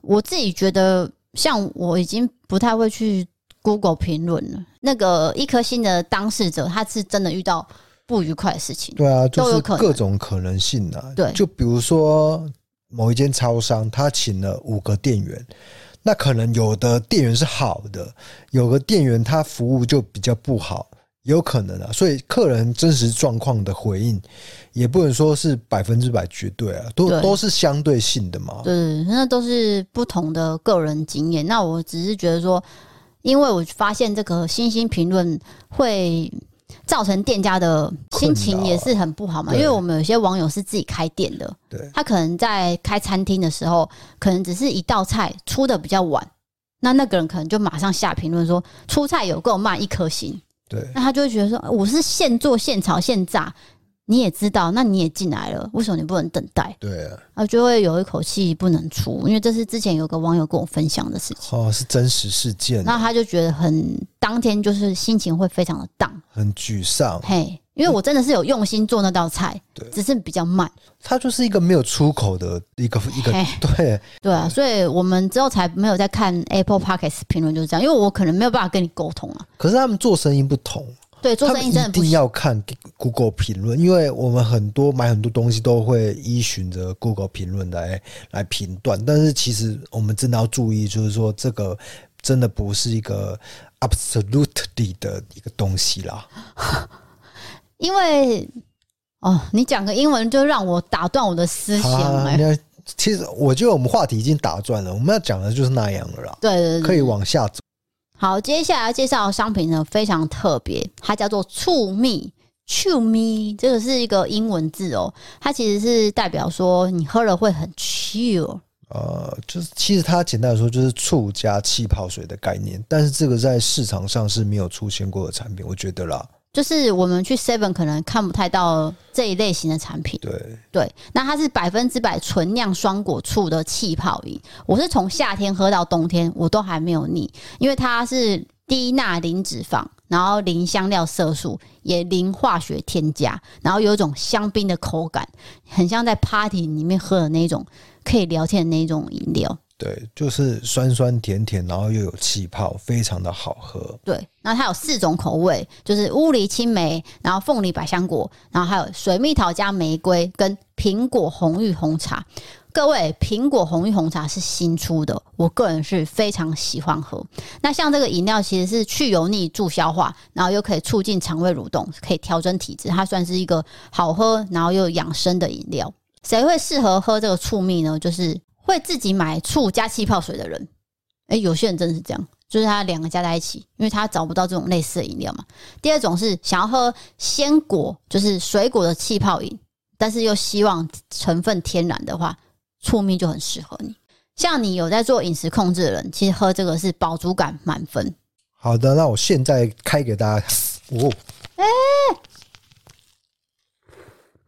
[SPEAKER 2] 我自己觉得，像我已经不太会去 Google 评论了。那个一颗星的当事者，他是真的遇到不愉快的事情。
[SPEAKER 1] 对啊，就
[SPEAKER 2] 都有
[SPEAKER 1] 是
[SPEAKER 2] 可能
[SPEAKER 1] 各种可能性啊。
[SPEAKER 2] 对
[SPEAKER 1] 就比如说某一间超商，他请了五个店员，那可能有的店员是好的，有的店员他服务就比较不好，有可能啊。所以客人真实状况的回应，也不能说是百分之百绝对啊，都
[SPEAKER 2] 对
[SPEAKER 1] 都是相对性的嘛。
[SPEAKER 2] 对，那都是不同的个人经验。那我只是觉得说，因为我发现这个星星评论会造成店家的心情
[SPEAKER 1] 困扰啊
[SPEAKER 2] 也是很不好嘛，
[SPEAKER 1] 对
[SPEAKER 2] 因为我们有些网友是自己开店的，
[SPEAKER 1] 对
[SPEAKER 2] 他可能在开餐厅的时候，可能只是一道菜出的比较晚，那那个人可能就马上下评论说出菜有够慢，一颗星。
[SPEAKER 1] 对
[SPEAKER 2] 那他就会觉得说，我是现做现炒现炸，你也知道，那你也进来了，为什么你不能等待？
[SPEAKER 1] 对啊，
[SPEAKER 2] 啊，就会有一口气不能出，因为这是之前有个网友跟我分享的事情，
[SPEAKER 1] 哦，是真实事件啊，
[SPEAKER 2] 那他就觉得很当天就是心情会非常的荡，
[SPEAKER 1] 很沮丧。
[SPEAKER 2] 嘿，因为我真的是有用心做那道菜
[SPEAKER 1] 对，
[SPEAKER 2] 只是比较慢，
[SPEAKER 1] 它就是一个没有出口的一个一个
[SPEAKER 2] 嘿，
[SPEAKER 1] 对
[SPEAKER 2] 对啊，所以我们之后才没有在看 Apple Podcast 评论，就是这样，因为我可能没有办法跟你沟通啊，
[SPEAKER 1] 可是他们做生意不同，
[SPEAKER 2] 对，做
[SPEAKER 1] 他
[SPEAKER 2] 生
[SPEAKER 1] 们
[SPEAKER 2] 意真的
[SPEAKER 1] 一
[SPEAKER 2] 不
[SPEAKER 1] 定
[SPEAKER 2] 行，
[SPEAKER 1] 要看 Google 评论，因为我们很多买很多东西都会依循着 Google 评论来来评断，但是其实我们真的要注意，就是说这个真的不是一个 absolutely 的一个东西啦。
[SPEAKER 2] 因为哦，你讲个英文就让我打断我的思想
[SPEAKER 1] 啊
[SPEAKER 2] 哎、
[SPEAKER 1] 那其实我觉得我们话题已经打转了，我们要讲的就是那样了啦，
[SPEAKER 2] 对对对，
[SPEAKER 1] 可以往下走。
[SPEAKER 2] 好，接下来介绍的商品呢非常特别，它叫做醋蜜。醋蜜这个是一个英文字哦，它其实是代表说你喝了会很 chill。
[SPEAKER 1] 呃，就是其实它简单来说就是醋加气泡水的概念，但是这个在市场上是没有出现过的产品，我觉得啦，
[SPEAKER 2] 就是我们去 Seven 可能看不太到这一类型的产品，
[SPEAKER 1] 对。
[SPEAKER 2] 对。那它是百分之百纯酿双果醋的气泡饮，我是从夏天喝到冬天，我都还没有腻，因为它是低钠零脂肪，然后零香料色素，也零化学添加，然后有一种香槟的口感，很像在 party 里面喝的那种可以聊天的那种饮料。
[SPEAKER 1] 对，就是酸酸甜甜，然后又有气泡，非常的好喝。
[SPEAKER 2] 对，那它有四种口味，就是乌梨青梅，然后凤梨百香果，然后还有水蜜桃加玫瑰跟苹果红玉红茶。各位，苹果红玉红茶是新出的，我个人是非常喜欢喝。那像这个饮料其实是去油腻、助消化，然后又可以促进肠胃蠕动，可以调整体质，它算是一个好喝然后又养生的饮料。谁会适合喝这个醋蜜呢？就是会自己买醋加气泡水的人。诶，有些人真的是这样，就是他两个加在一起，因为他找不到这种类似的饮料嘛。第二种是想要喝鲜果，就是水果的气泡饮，但是又希望成分天然的话，醋蜜就很适合你。像你有在做饮食控制的人，其实喝这个是饱足感满分。
[SPEAKER 1] 好的，那我现在开给大家看。哦，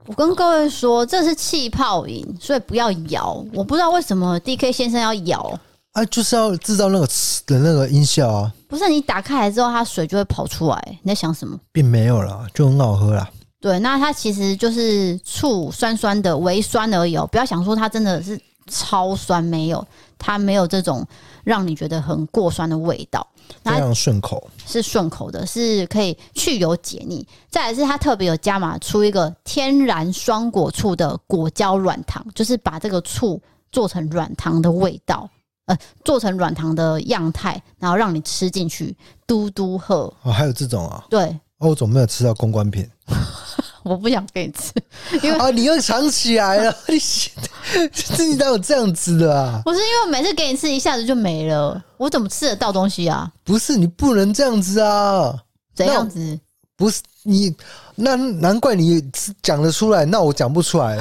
[SPEAKER 2] 我跟各位说，这是气泡饮，所以不要摇。我不知道为什么 D K 先生要摇，
[SPEAKER 1] 啊，就是要制造那个呲的那个音效啊，
[SPEAKER 2] 不是你打开来之后，它水就会跑出来。你在想什么？
[SPEAKER 1] 并没有啦，就很好喝啦。
[SPEAKER 2] 对，那它其实就是醋酸酸的微酸而已哦，不要想说它真的是超酸，没有，它没有这种让你觉得很过酸的味道，
[SPEAKER 1] 非
[SPEAKER 2] 然后
[SPEAKER 1] 常顺口，
[SPEAKER 2] 是顺口的，是可以去油解腻。再来是它特别有加码出一个天然双果醋的果胶软糖，就是把这个醋做成软糖的味道。呃，做成软糖的样态，然后让你吃进去，嘟嘟喝。
[SPEAKER 1] 哦，还有这种啊，
[SPEAKER 2] 对，
[SPEAKER 1] 哦，我怎么没有吃到公关品？
[SPEAKER 2] 我不想给你吃，
[SPEAKER 1] 啊，你又藏起来了，你 这你哪有这样子的啊？
[SPEAKER 2] 不是因为 我每次给你吃一下子就没了，我怎么吃得到东西啊？
[SPEAKER 1] 不是，你不能这样子啊！
[SPEAKER 2] 怎样子？
[SPEAKER 1] 不是你，那难怪你讲得出来，那我讲不出来。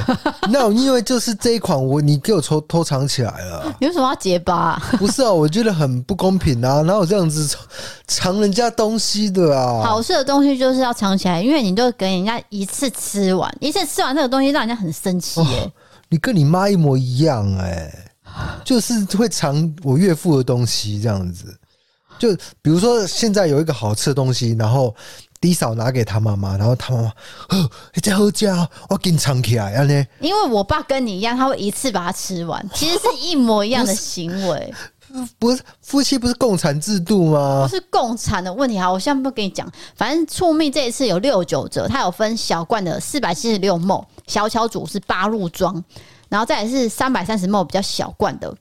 [SPEAKER 1] 那我因为就是这一款，我你给我偷偷藏起来了，
[SPEAKER 2] 你为什么要结巴啊、
[SPEAKER 1] 不是啊？我觉得很不公平啊！哪有这样子藏人家东西的啊？
[SPEAKER 2] 好吃的东西就是要藏起来，因为你就给人家一次吃完，一次吃完这个东西让人家很生气耶、
[SPEAKER 1] 你跟你妈一模一样哎、就是会藏我岳父的东西这样子。就比如说现在有一个好吃的东西，然后低嫂拿给他妈妈，然后他妈妈，哦，你在喝家哦，我给你藏起来，安呢？
[SPEAKER 2] 因为我爸跟你一样，他会一次把它吃完，其实是一模一样的行为。
[SPEAKER 1] 不是夫妻不是共产制度
[SPEAKER 2] 不
[SPEAKER 1] 吗？
[SPEAKER 2] 是共产的问题哈，我现在不跟你讲，反正醋蜜这一次有六九折，它有分小罐的四百七十六 ml，小巧组是八入装，然后再来是三百三十 ml 比较小罐的，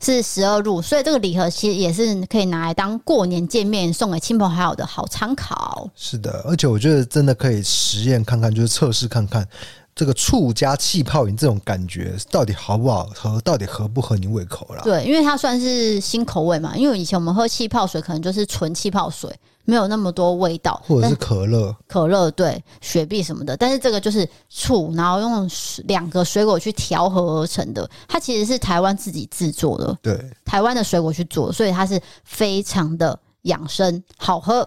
[SPEAKER 2] 是十二入，所以这个礼盒其实也是可以拿来当过年见面送给亲朋好友的好参考。
[SPEAKER 1] 是的，而且我觉得真的可以实验看看，就是测试看看这个醋加气泡饮这种感觉到底好不好喝，到底合不合你胃口啦。
[SPEAKER 2] 对，因为它算是新口味嘛，因为以前我们喝气泡水可能就是纯气泡水，没有那么多味道，
[SPEAKER 1] 或者
[SPEAKER 2] 但
[SPEAKER 1] 是可乐，
[SPEAKER 2] 可乐、对雪碧什么的，但是这个就是醋，然后用水两个水果去调和而成的。它其实是台湾自己制作的，
[SPEAKER 1] 对，
[SPEAKER 2] 台湾的水果去做，所以它是非常的养生，好喝。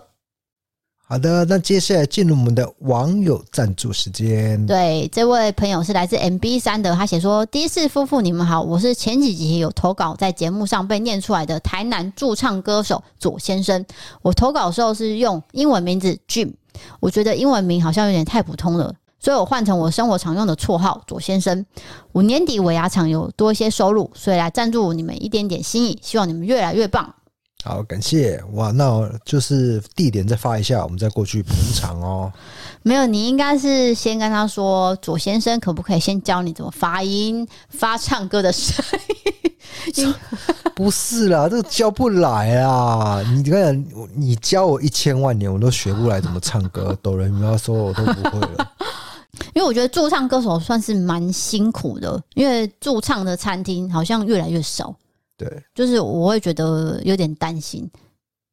[SPEAKER 1] 好的，那接下来进入我们的网友赞助时间。
[SPEAKER 2] 对，这位朋友是来自 MB 三的，他写说：“的士夫妇，你们好，我是前几集有投稿在节目上被念出来的台南驻唱歌手左先生。我投稿的时候是用英文名字 Jim，我觉得英文名好像有点太普通了。”所以我换成我生活常用的绰号左先生。我年底尾牙厂有多一些收入，所以来赞助你们一点点心意，希望你们越来越棒。
[SPEAKER 1] 好，感谢哇，那我就是地点再发一下，我们再过去捧场 哦。
[SPEAKER 2] 没有，你应该是先跟他说，左先生可不可以先教你怎么发音、发唱歌的声
[SPEAKER 1] 不是啦，这个教不来啦。你跟你讲，你教我一千万年，我都学不来怎么唱 歌，哆来咪发嗦我都不会了。
[SPEAKER 2] 因为我觉得驻唱歌手算是蛮辛苦的，因为驻唱的餐厅好像越来越少，
[SPEAKER 1] 对，
[SPEAKER 2] 就是我会觉得有点担心。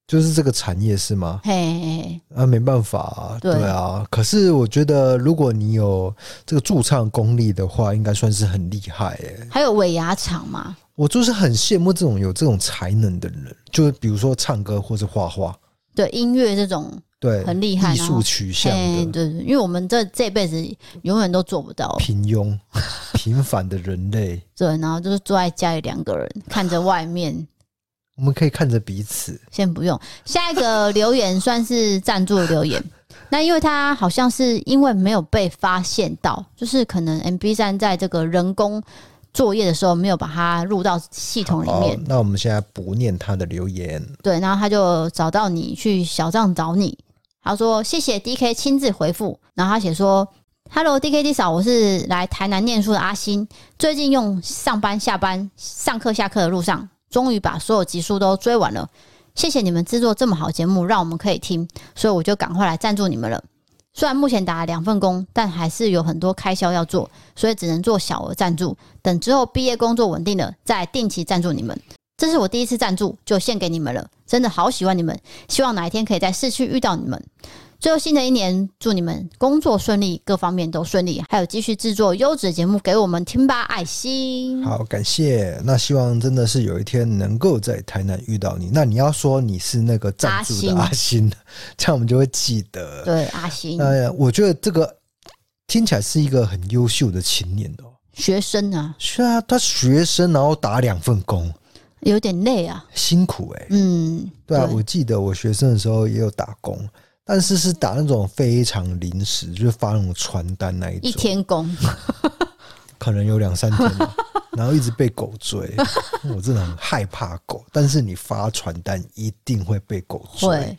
[SPEAKER 1] 就是这个产业是吗？
[SPEAKER 2] 嘿嘿嘿，
[SPEAKER 1] 啊，没办法、啊，
[SPEAKER 2] 对
[SPEAKER 1] 对啊。可是我觉得，如果你有这个驻唱功力的话，应该算是很厉害耶、
[SPEAKER 2] 还有尾牙厂嘛，
[SPEAKER 1] 我就是很羡慕这种有这种才能的人，就是比如说唱歌或是画画，
[SPEAKER 2] 对音乐这种，
[SPEAKER 1] 对，
[SPEAKER 2] 很厉害
[SPEAKER 1] 艺
[SPEAKER 2] 然后
[SPEAKER 1] 术取向
[SPEAKER 2] 嘿，
[SPEAKER 1] 的
[SPEAKER 2] 对对，因为我们这这辈子永远都做不到，
[SPEAKER 1] 平 庸、平凡的人类，
[SPEAKER 2] 对，然后就是坐在家里两个人看着外面，
[SPEAKER 1] 我们可以看着彼此。
[SPEAKER 2] 先不用。下一个留言算是赞助留言， 那因为他好像是因为没有被发现到，就是可能 MB 三在这个人工作业的时候没有把它录到系统里
[SPEAKER 1] 好
[SPEAKER 2] 面，，
[SPEAKER 1] 那我们现在不念他的留言，
[SPEAKER 2] 对，然后他就找到你去小账找你，他说谢谢 DK 亲自回复，然后他写说。Hello DKD 嫂，我是来台南念书的阿星，最近用上班、下班、上课、下课的路上，终于把所有集数都追完了。谢谢你们制作这么好节目，让我们可以听，所以我就赶快来赞助你们了。虽然目前打了两份工，但还是有很多开销要做，所以只能做小额赞助。等之后毕业工作稳定了，再定期赞助你们。这是我第一次赞助，就献给你们了。真的好喜欢你们，希望哪一天可以在市区遇到你们。最后新的一年，祝你们工作顺利，各方面都顺利，还有继续制作优质的节目给我们听吧，爱心。
[SPEAKER 1] 好，感谢。那希望真的是有一天能够在台南遇到你。那你要说你是那个赞助的
[SPEAKER 2] 阿
[SPEAKER 1] 阿星，这样我们就会记得。
[SPEAKER 2] 对，阿星
[SPEAKER 1] 那哎我觉得这个听起来是一个很优秀的青年哦。
[SPEAKER 2] 学生啊，
[SPEAKER 1] 是啊，他学生然后打两份工，
[SPEAKER 2] 有点累啊。
[SPEAKER 1] 辛苦哎、
[SPEAKER 2] 嗯，
[SPEAKER 1] 对啊，我记得我学生的时候也有打工，但是是打那种非常临时，就是发那种传单那一种，
[SPEAKER 2] 一天工，
[SPEAKER 1] 可能有两三天 吧，然后一直被狗追，我真的很害怕狗。但是你发传单一定会被狗追
[SPEAKER 2] 会，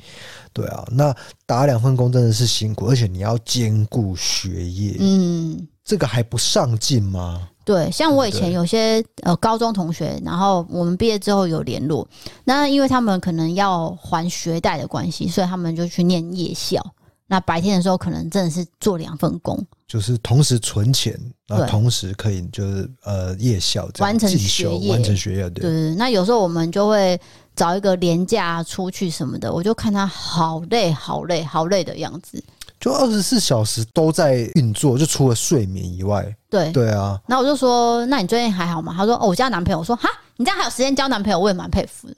[SPEAKER 1] 对啊。那打两份工真的是辛苦，而且你要兼顾学业，
[SPEAKER 2] 嗯，
[SPEAKER 1] 这个还不上进吗？
[SPEAKER 2] 对，像我以
[SPEAKER 1] 对
[SPEAKER 2] 前有些呃高中同学，然后我们毕业之后有联络，那因为他们可能要还学贷的关系，所以他们就去念夜校。那白天的时候可能真的是做两份工，
[SPEAKER 1] 就是同时存钱，然后
[SPEAKER 2] 对
[SPEAKER 1] 同时可以就是呃夜校这样
[SPEAKER 2] 完成
[SPEAKER 1] 进修
[SPEAKER 2] 学业
[SPEAKER 1] 完成学业，对，
[SPEAKER 2] 对对对。那有时候我们就会找一个廉价出去什么的，我就看他好累、好累、好累的样子。
[SPEAKER 1] 就二十四小时都在运作，就除了睡眠以外，
[SPEAKER 2] 对，
[SPEAKER 1] 对啊，
[SPEAKER 2] 然后我就说：“那你最近还好吗？”他说：“哦，我交男朋友。”我说：“哈，你这样还有时间交男朋友，我也蛮佩服的。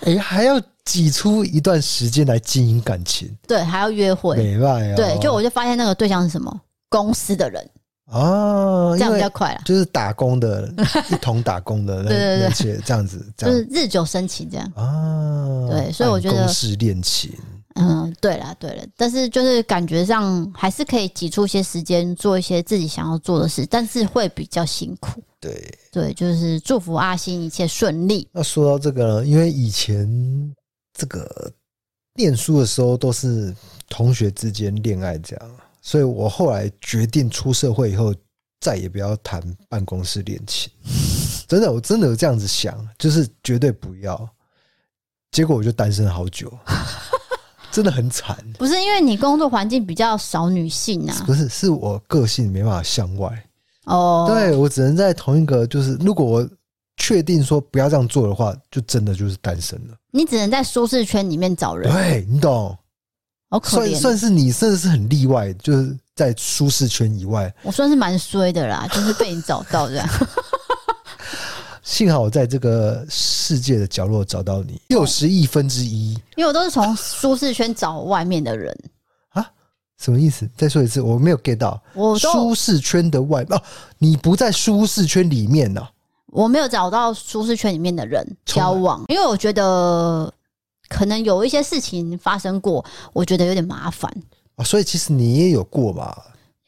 [SPEAKER 1] 哎、还要挤出一段时间来经营感情，”
[SPEAKER 2] 对，还要约会。
[SPEAKER 1] 美外啊，
[SPEAKER 2] 对，就我就发现那个对象是什么公司的人，
[SPEAKER 1] 啊，
[SPEAKER 2] 这
[SPEAKER 1] 因
[SPEAKER 2] 样比
[SPEAKER 1] 为
[SPEAKER 2] 较快啦，
[SPEAKER 1] 就是打工 的，一同打工的那
[SPEAKER 2] 对对对
[SPEAKER 1] 那些这样子，这
[SPEAKER 2] 就
[SPEAKER 1] 样
[SPEAKER 2] 是日久生情这样。
[SPEAKER 1] 啊，
[SPEAKER 2] 对所以我觉得
[SPEAKER 1] 办公室恋情，
[SPEAKER 2] 嗯，对啦，对了，但是就是感觉上还是可以挤出一些时间做一些自己想要做的事，但是会比较辛苦。
[SPEAKER 1] 对，
[SPEAKER 2] 对，就是祝福阿星一切顺利。
[SPEAKER 1] 那说到这个呢，因为以前这个念书的时候都是同学之间恋爱这样，所以我后来决定出社会以后再也不要谈办公室恋情。 真的，我真的有这样子想，就是绝对不要。结果我就单身了好久， 真的很惨。
[SPEAKER 2] 不是因为你工作环境比较少女性啊？
[SPEAKER 1] 不是，是我个性没办法向外，
[SPEAKER 2] 哦，
[SPEAKER 1] 对我只能在同一个，就是如果我确定说不要这样做的话，就真的就是单身了。
[SPEAKER 2] 你只能在舒适圈里面找人，
[SPEAKER 1] 对你懂，
[SPEAKER 2] 好可
[SPEAKER 1] 算
[SPEAKER 2] 怜。
[SPEAKER 1] 算是你真的是很例外，就是在舒适圈以外。
[SPEAKER 2] 我算是蛮衰的啦，就是被你找到这样。
[SPEAKER 1] 幸好我在这个世界的角落找到你，六十亿分之一
[SPEAKER 2] 因为我都是从舒适圈找外面的人，
[SPEAKER 1] 啊？什么意思？再说一次，我没有 get 到。
[SPEAKER 2] 我
[SPEAKER 1] 舒
[SPEAKER 2] 都
[SPEAKER 1] 适圈的外哦，你不在舒适圈里面啊呢、
[SPEAKER 2] 我没有找到舒适圈里面的人
[SPEAKER 1] 从来
[SPEAKER 2] 交往，因为我觉得可能有一些事情发生过，我觉得有点麻烦，
[SPEAKER 1] 哦，所以其实你也有过吧？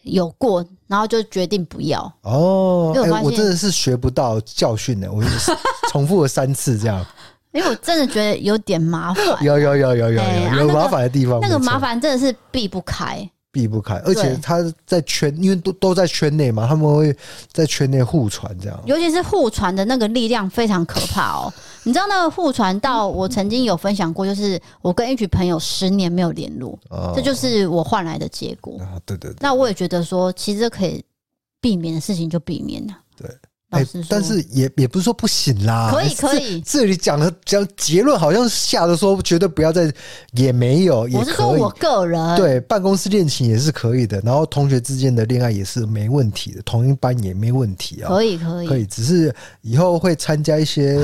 [SPEAKER 2] 有过，然后就决定不要。
[SPEAKER 1] 哦，
[SPEAKER 2] 因为我
[SPEAKER 1] 哎
[SPEAKER 2] 发
[SPEAKER 1] 我
[SPEAKER 2] 现
[SPEAKER 1] 真的是学不到教训的，我 重复了三次这样，
[SPEAKER 2] 因为我真的觉得有点
[SPEAKER 1] ，
[SPEAKER 2] 麻烦
[SPEAKER 1] 有有有有有
[SPEAKER 2] 哎
[SPEAKER 1] 有
[SPEAKER 2] 啊
[SPEAKER 1] 有
[SPEAKER 2] 那个
[SPEAKER 1] 麻烦的地方，
[SPEAKER 2] 那个
[SPEAKER 1] 没错
[SPEAKER 2] 麻烦真的是避不开。
[SPEAKER 1] 避不开，而且
[SPEAKER 2] 对
[SPEAKER 1] 他在圈，因为都都在圈内嘛，他们会在圈内互传这样。
[SPEAKER 2] 尤其是互传的那个力量非常可怕哦。你知道那个互传到我曾经有分享过，就是我跟一群朋友十年没有联络，
[SPEAKER 1] 哦
[SPEAKER 2] 这就是我换来的结果。
[SPEAKER 1] 啊，对对对，
[SPEAKER 2] 那我也觉得说，其实可以避免的事情就避免了。
[SPEAKER 1] 对，
[SPEAKER 2] 老
[SPEAKER 1] 哎
[SPEAKER 2] 实说，
[SPEAKER 1] 但是也也不是说不行啦，
[SPEAKER 2] 可以
[SPEAKER 1] 这
[SPEAKER 2] 可以
[SPEAKER 1] 这里讲的讲结论好像下的说绝对不要再，也没有，也
[SPEAKER 2] 我是说
[SPEAKER 1] 可以
[SPEAKER 2] 我。个人，
[SPEAKER 1] 对，办公室恋情也是可以的，然后同学之间的恋爱也是没问题的，同一班也没问题啊、
[SPEAKER 2] 可以可以
[SPEAKER 1] 可以，只是以后会参加一 些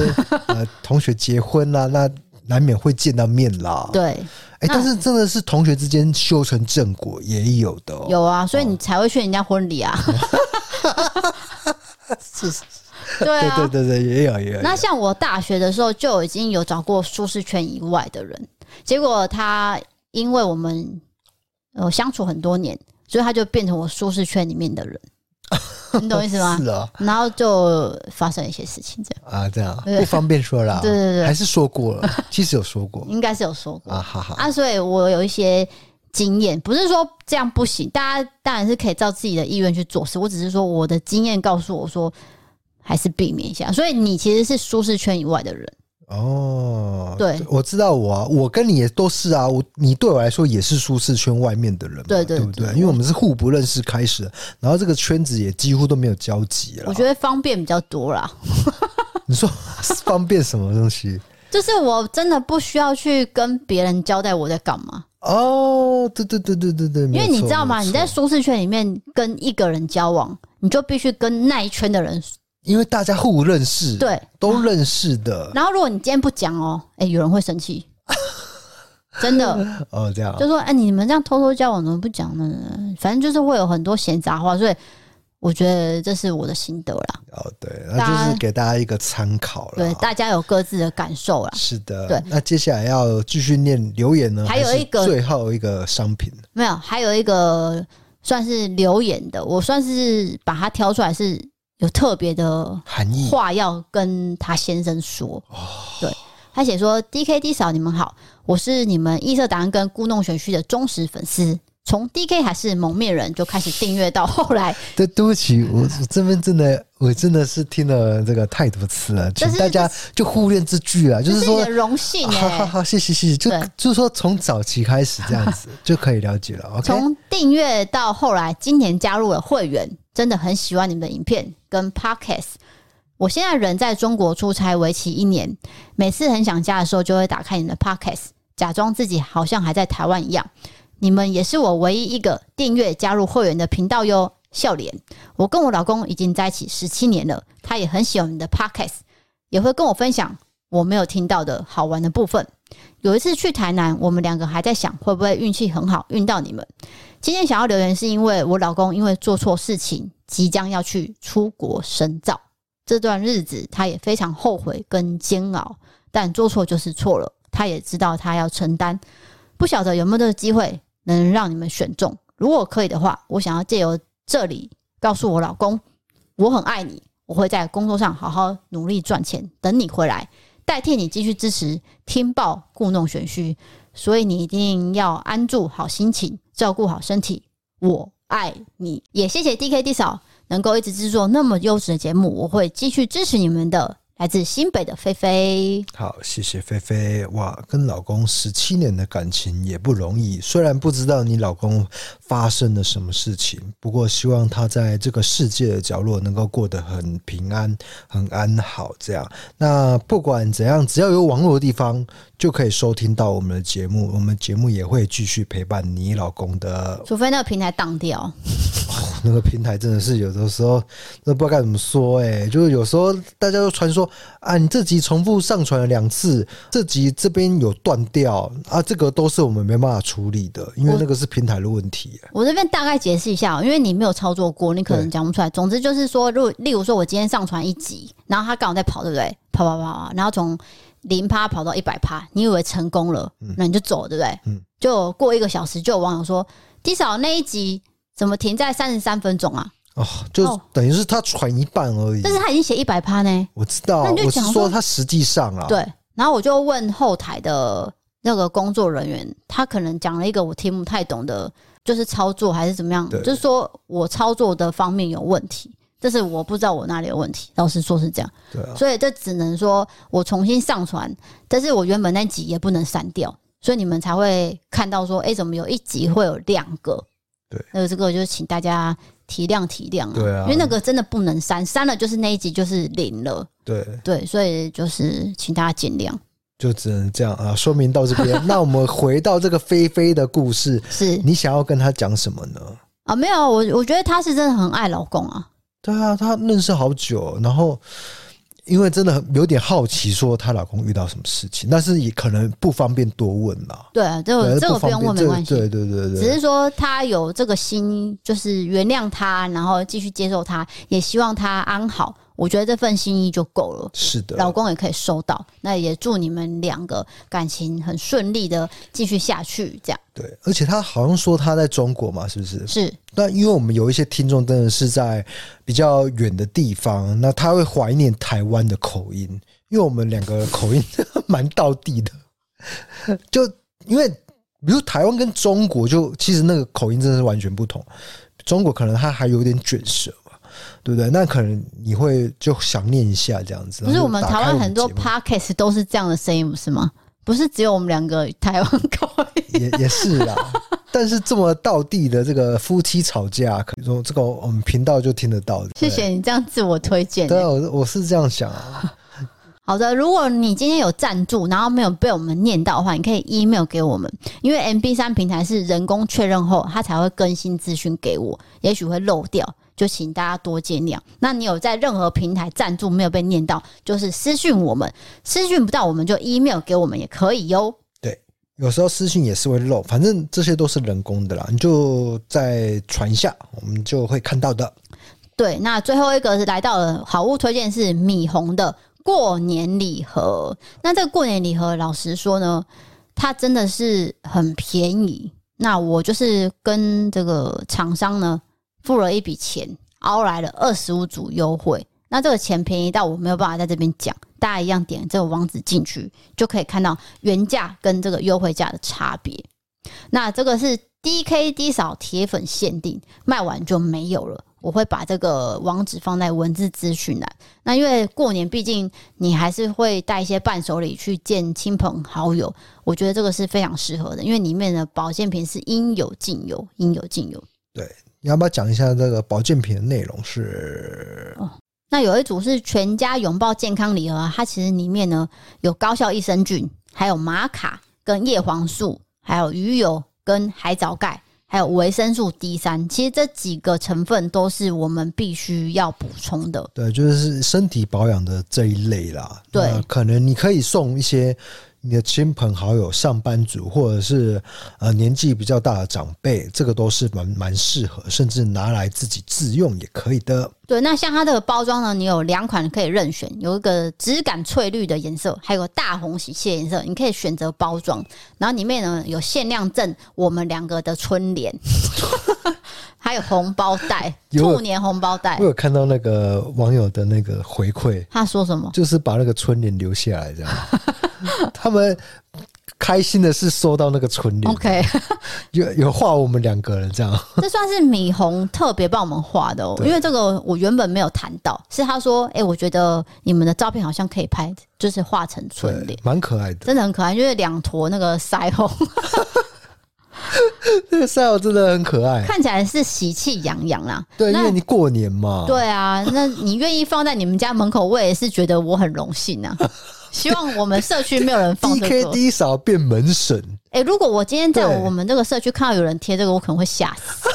[SPEAKER 1] 呃同学结婚啦、那难免会见到面啦。，
[SPEAKER 2] 对，
[SPEAKER 1] 哎、
[SPEAKER 2] 那
[SPEAKER 1] 但是真的是同学之间修成正果也有的、哦，
[SPEAKER 2] 有啊，所以你才会去人家婚礼啊。
[SPEAKER 1] 是是
[SPEAKER 2] 对
[SPEAKER 1] 对
[SPEAKER 2] 啊，
[SPEAKER 1] 对对对，也有也有。
[SPEAKER 2] 那像我大学的时候就已经有找过舒适圈以外的人，结果他因为我们呃相处很多年，所以他就变成我舒适圈里面的人，你懂意思吗？
[SPEAKER 1] 是啊，
[SPEAKER 2] 然后就发生一些事情，这样
[SPEAKER 1] 啊这样
[SPEAKER 2] 对
[SPEAKER 1] 不方便说啦，
[SPEAKER 2] 对对对
[SPEAKER 1] 还是说过了， 其实有说过
[SPEAKER 2] 应该是有说过
[SPEAKER 1] 啊，哈哈，
[SPEAKER 2] 啊，所以我有一些经验，不是说这样不行，大家当然是可以照自己的意愿去做事，我只是说我的经验告诉我说。还是避免一下，所以你其实是舒适圈以外的人，
[SPEAKER 1] 哦，
[SPEAKER 2] 嗯对
[SPEAKER 1] 我知道我啊，我跟你也都是啊，我你对我来说也是舒适圈外面的人嘛，
[SPEAKER 2] 对对
[SPEAKER 1] 不
[SPEAKER 2] 对
[SPEAKER 1] 对？因为我们是互不认识开始的，然后这个圈子也几乎都没有交集了。啊
[SPEAKER 2] 我觉得方便比较多啦。
[SPEAKER 1] 你说 方便什么东西？
[SPEAKER 2] 就是我真的不需要去跟别人交代我在干嘛，
[SPEAKER 1] 哦，对对对对对对，
[SPEAKER 2] 因为你知道吗？
[SPEAKER 1] 没
[SPEAKER 2] 你
[SPEAKER 1] 有错没
[SPEAKER 2] 在
[SPEAKER 1] 有错
[SPEAKER 2] 舒适圈里面跟一个人交往，你就必须跟那一圈的人
[SPEAKER 1] 因为大家互认识，，
[SPEAKER 2] 对。
[SPEAKER 1] 都认识的，
[SPEAKER 2] 然后如果你今天不讲哦，哎、有人会生气，真的
[SPEAKER 1] 哦，这样
[SPEAKER 2] 就说哎、你们这样偷偷交往怎么不讲呢？反正就是会有很多闲杂话，所以我觉得这是我的心得啦。
[SPEAKER 1] 哦，对，那
[SPEAKER 2] 大
[SPEAKER 1] 就
[SPEAKER 2] 家
[SPEAKER 1] 是给大家一个参考了。啊
[SPEAKER 2] 对，大家有各自的感受啦。
[SPEAKER 1] 是的，
[SPEAKER 2] 啊对
[SPEAKER 1] 那接下来要继续念留言呢，
[SPEAKER 2] 还有
[SPEAKER 1] 是
[SPEAKER 2] 一个
[SPEAKER 1] 最后一个商品
[SPEAKER 2] 没有，还有一个算是留言的，我算是把它挑出来是有特别的
[SPEAKER 1] 含义
[SPEAKER 2] 话要跟他先生说。
[SPEAKER 1] 哦
[SPEAKER 2] 对，他写说：“D K D 嫂，你们好，我是你们异色答案跟故弄玄虚的忠实粉丝。从 D K 还是蒙面人就开始订阅，到后来，
[SPEAKER 1] 对，对不起，我我这边真的，我真的是听了这个太多次了，请
[SPEAKER 2] 但是
[SPEAKER 1] 大家就忽略这句啊，就
[SPEAKER 2] 这
[SPEAKER 1] 是
[SPEAKER 2] 是你
[SPEAKER 1] 说
[SPEAKER 2] 的，荣幸
[SPEAKER 1] 哈哈
[SPEAKER 2] 哎、
[SPEAKER 1] 哈，谢谢谢谢，就
[SPEAKER 2] 对
[SPEAKER 1] 就是说从早期开始这样 子就可以了解了，OK，
[SPEAKER 2] 从订阅到后来，今年加入了会员，真的很喜欢你们的影片跟 podcast。我现在人在中国出差为期一年，每次很想家的时候，就会打开你们的 podcast，假装自己好像还在台湾一样。你们也是我唯一一个订阅加入会员的频道哟，笑脸。我跟我老公已经在一起十七年了，他也很喜欢你们的 podcast，也会跟我分享我没有听到的好玩的部分。有一次去台南，我们两个还在想会不会运气很好运到你们。今天想要留言是因为我老公因为做错事情，即将要去出国深造。这段日子他也非常后悔跟煎熬，但做错就是错了，他也知道他要承担。不晓得有没有这个机会能让你们选中？如果可以的话，我想要借由这里告诉我老公，我很爱你，我会在工作上好好努力赚钱，等你回来，代替你继续支持听报故弄玄虚。所以你一定要安住好心情，照顾好身体。我爱你，也谢谢 D K D 嫂能够一直制作那么优质的节目，我会继续支持你们的。来自新北的菲菲，
[SPEAKER 1] 好，谢谢菲菲。哇，跟老公十七年的感情也不容易。虽然不知道你老公发生了什么事情，不过希望他在这个世界的角落能够过得很平安、很安好。这样，那不管怎样，只要有网络的地方就可以收听到我们的节目。我们节目也会继续陪伴你老公的。
[SPEAKER 2] 除非那个平台当掉，
[SPEAKER 1] 那个平台真的是有的时候都不知道该怎么说哎、就是有时候大家都传说啊，你这集重复上传了两次，这集这边有断掉啊，这个都是我们没办法处理的，因为那个是平台的问题、
[SPEAKER 2] 我这边大概解释一下哦，因为你没有操作过，你可能
[SPEAKER 1] 对
[SPEAKER 2] 讲不出来。总之就是说，如果例如说我今天上传一集，然后他刚好在跑，对不对？跑跑跑跑，然后从零趴跑到一百趴，你以为成功了，那你就走，对不对？
[SPEAKER 1] 嗯
[SPEAKER 2] 就过一个小时，就有网友说，至少那一集怎么停在三十三分钟啊？
[SPEAKER 1] 哦，就
[SPEAKER 2] 哦
[SPEAKER 1] 等于是他传一半而已
[SPEAKER 2] 但。是他已经写一百趴呢，
[SPEAKER 1] 我知道，
[SPEAKER 2] 那你就
[SPEAKER 1] 我是
[SPEAKER 2] 讲
[SPEAKER 1] 说
[SPEAKER 2] 说
[SPEAKER 1] 他实际上啊，
[SPEAKER 2] 对。然后我就问后台的那个工作人员，他可能讲了一个我听不太懂的，就是操作还是怎么样，
[SPEAKER 1] 对
[SPEAKER 2] 就是说我操作的方面有问题，这是我不知道我哪里有问题。老实说是这样，
[SPEAKER 1] 对啊，
[SPEAKER 2] 所以这只能说我重新上传，但是我原本那集也不能删掉，所以你们才会看到说，哎、怎么有一集会有两个？
[SPEAKER 1] 对，
[SPEAKER 2] 那这个就请大家体谅体谅啊，
[SPEAKER 1] 对啊
[SPEAKER 2] 因为那个真的不能删，删了就是那一集就是零了。
[SPEAKER 1] 对，
[SPEAKER 2] 对，所以就是请大家见谅。
[SPEAKER 1] 就只能这样啊。说明到这边，那我们回到这个菲菲的故事，
[SPEAKER 2] 是
[SPEAKER 1] 你想要跟他讲什么呢？
[SPEAKER 2] 啊，没有我，我觉得她是真的很爱老公啊。
[SPEAKER 1] 对啊，她认识好久，然后因为真的很有点好奇，说她老公遇到什么事情，但是也可能不方便多问啦。
[SPEAKER 2] 对啊，这
[SPEAKER 1] 对
[SPEAKER 2] 个这个
[SPEAKER 1] 方
[SPEAKER 2] 不
[SPEAKER 1] 便
[SPEAKER 2] 用问没
[SPEAKER 1] 这
[SPEAKER 2] 关系，
[SPEAKER 1] 对对对对，
[SPEAKER 2] 只是说她有这个心，就是原谅他，然后继续接受他，也希望他安好。我觉得这份心意就够了。
[SPEAKER 1] 是啊的，
[SPEAKER 2] 老公也可以收到，那也祝你们两个感情很顺利的继续下去，这样
[SPEAKER 1] 对，而且她好像说她在中国嘛，是不是？
[SPEAKER 2] 是
[SPEAKER 1] 那因为我们有一些听众真的是在比较远的地方，那他会怀念台湾的口音，因为我们两个口音蛮道地的。 就因为比如台湾跟中国就，其实那个口音真的是完全不同。中国可能他还有点卷舌嘛，对不对？那可能你会就想念一下这样子。
[SPEAKER 2] 不是
[SPEAKER 1] 然后
[SPEAKER 2] 我
[SPEAKER 1] 就
[SPEAKER 2] 们
[SPEAKER 1] 打
[SPEAKER 2] 台
[SPEAKER 1] 开
[SPEAKER 2] 湾很多
[SPEAKER 1] 节目
[SPEAKER 2] podcast 都是这样的声音，不是吗？不是只有我们两个台湾口音。
[SPEAKER 1] 也也是 啦。但是这么道地的这个夫妻吵架，可能说这个我们频道就听得到。
[SPEAKER 2] 谢谢你这样自我推荐、
[SPEAKER 1] 对。对啊，我是我是这样想啊。
[SPEAKER 2] 好的，如果你今天有赞助，然后没有被我们念到的话，你可以 email 给我们，因为 MB 三平台是人工确认后，它才会更新资讯给我，也许会漏掉，就请大家多见谅。那你有在任何平台赞助没有被念到，就是私讯我们，私讯不到我们就 email 给我们也可以哟。
[SPEAKER 1] 有时候私信也是会漏，反正这些都是人工的啦，你就再传一下，我们就会看到的。
[SPEAKER 2] 对，那最后一个是来到了好物推荐是米红的过年礼盒。那这个过年礼盒，老实说呢，它真的是很便宜。那我就是跟这个厂商呢付了一笔钱，熬来了二十五组优惠。那这个钱便宜到我没有办法在这边讲，大家一样点这个网址进去就可以看到原价跟这个优惠价的差别。那这个是 DKD 扫铁粉限定，卖完就没有了。我会把这个网址放在文字资讯栏。那因为过年，毕竟你还是会带一些伴手礼去见亲朋好友，我觉得这个是非常适合的，因为里面的保健品是应有尽有，应有尽有。
[SPEAKER 1] 你要不要讲一下这个保健品的内容是？
[SPEAKER 2] 那有一组是全家拥抱健康礼盒啊，它其实里面呢有高效益生菌，还有玛卡跟叶黄素，还有鱼油跟海藻钙，还有维生素 D 三。其实这几个成分都是我们必须要补充的。
[SPEAKER 1] 对，就是身体保养的这一类啦。
[SPEAKER 2] 对
[SPEAKER 1] 那可能你可以送一些你的亲朋好友、上班族，或者是呃年纪比较大的长辈，这个都是蛮蛮适合，甚至拿来自己自用也可以的。
[SPEAKER 2] 对，那像它这个包装呢，你有两款可以任选，有一个质感翠绿的颜色，还有大红喜气的颜色，你可以选择包装。然后里面呢有限量赠我们两个的春联， 还有红包袋，
[SPEAKER 1] 有
[SPEAKER 2] 兔年红包袋
[SPEAKER 1] 我，有看到那个网友的那个回馈，
[SPEAKER 2] 他说什么？
[SPEAKER 1] 就是把那个春联留下来，这样。 他们开心的是收到那个春联
[SPEAKER 2] OK，
[SPEAKER 1] 有有画我们两个人这样。
[SPEAKER 2] 这算是米红特别帮我们画的哦，因为这个我原本没有谈到，是他说，哎、我觉得你们的照片好像可以拍，就是画成春
[SPEAKER 1] 对
[SPEAKER 2] 联，，
[SPEAKER 1] 蛮可爱 的。
[SPEAKER 2] 真的很可爱，就是两坨那个腮红，
[SPEAKER 1] 这个赛友真的很可爱。
[SPEAKER 2] 看起来是喜气洋洋啦。
[SPEAKER 1] 对，因
[SPEAKER 2] 那
[SPEAKER 1] 为你过年嘛，
[SPEAKER 2] 对啊，那你愿意放在你们家门口，我也是觉得我很荣 幸啊。希望我们社区没有人放
[SPEAKER 1] ，D
[SPEAKER 2] 这
[SPEAKER 1] K
[SPEAKER 2] 个。
[SPEAKER 1] D 少变门神，
[SPEAKER 2] 哎、如果我今天在
[SPEAKER 1] 对
[SPEAKER 2] 我们这个社区看到有人贴这个，我可能会吓 死。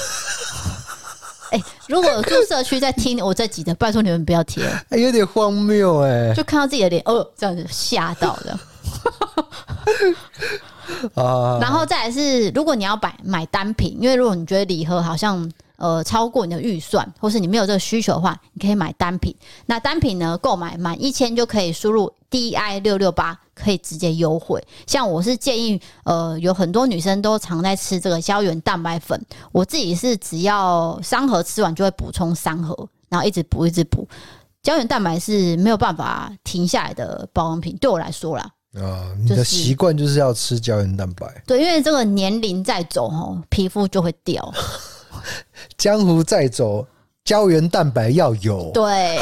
[SPEAKER 2] 哎、如果住社区在听我这集的，拜托你们不要贴，
[SPEAKER 1] 哎有点荒谬哎、
[SPEAKER 2] 就看到自己的脸，哦，这样子吓到的。
[SPEAKER 1] 啊！
[SPEAKER 2] 然后再来是，如果你要买买单品，因为如果你觉得礼盒好像呃超过你的预算，或是你没有这个需求的话，你可以买单品。那单品呢，购买满一千就可以输入 DI 六六八，可以直接优惠。像我是建议，呃，有很多女生都常在吃这个胶原蛋白粉，我自己是只要三盒吃完就会补充三盒，然后一直补一直补。胶原蛋白是没有办法停下来的保养品，对我来说啦，
[SPEAKER 1] 啊，你的习惯就是要吃胶原蛋白，
[SPEAKER 2] 对，因为这个年龄在走吼，皮肤就会掉。
[SPEAKER 1] 江湖再走，胶原蛋白要有。
[SPEAKER 2] 对，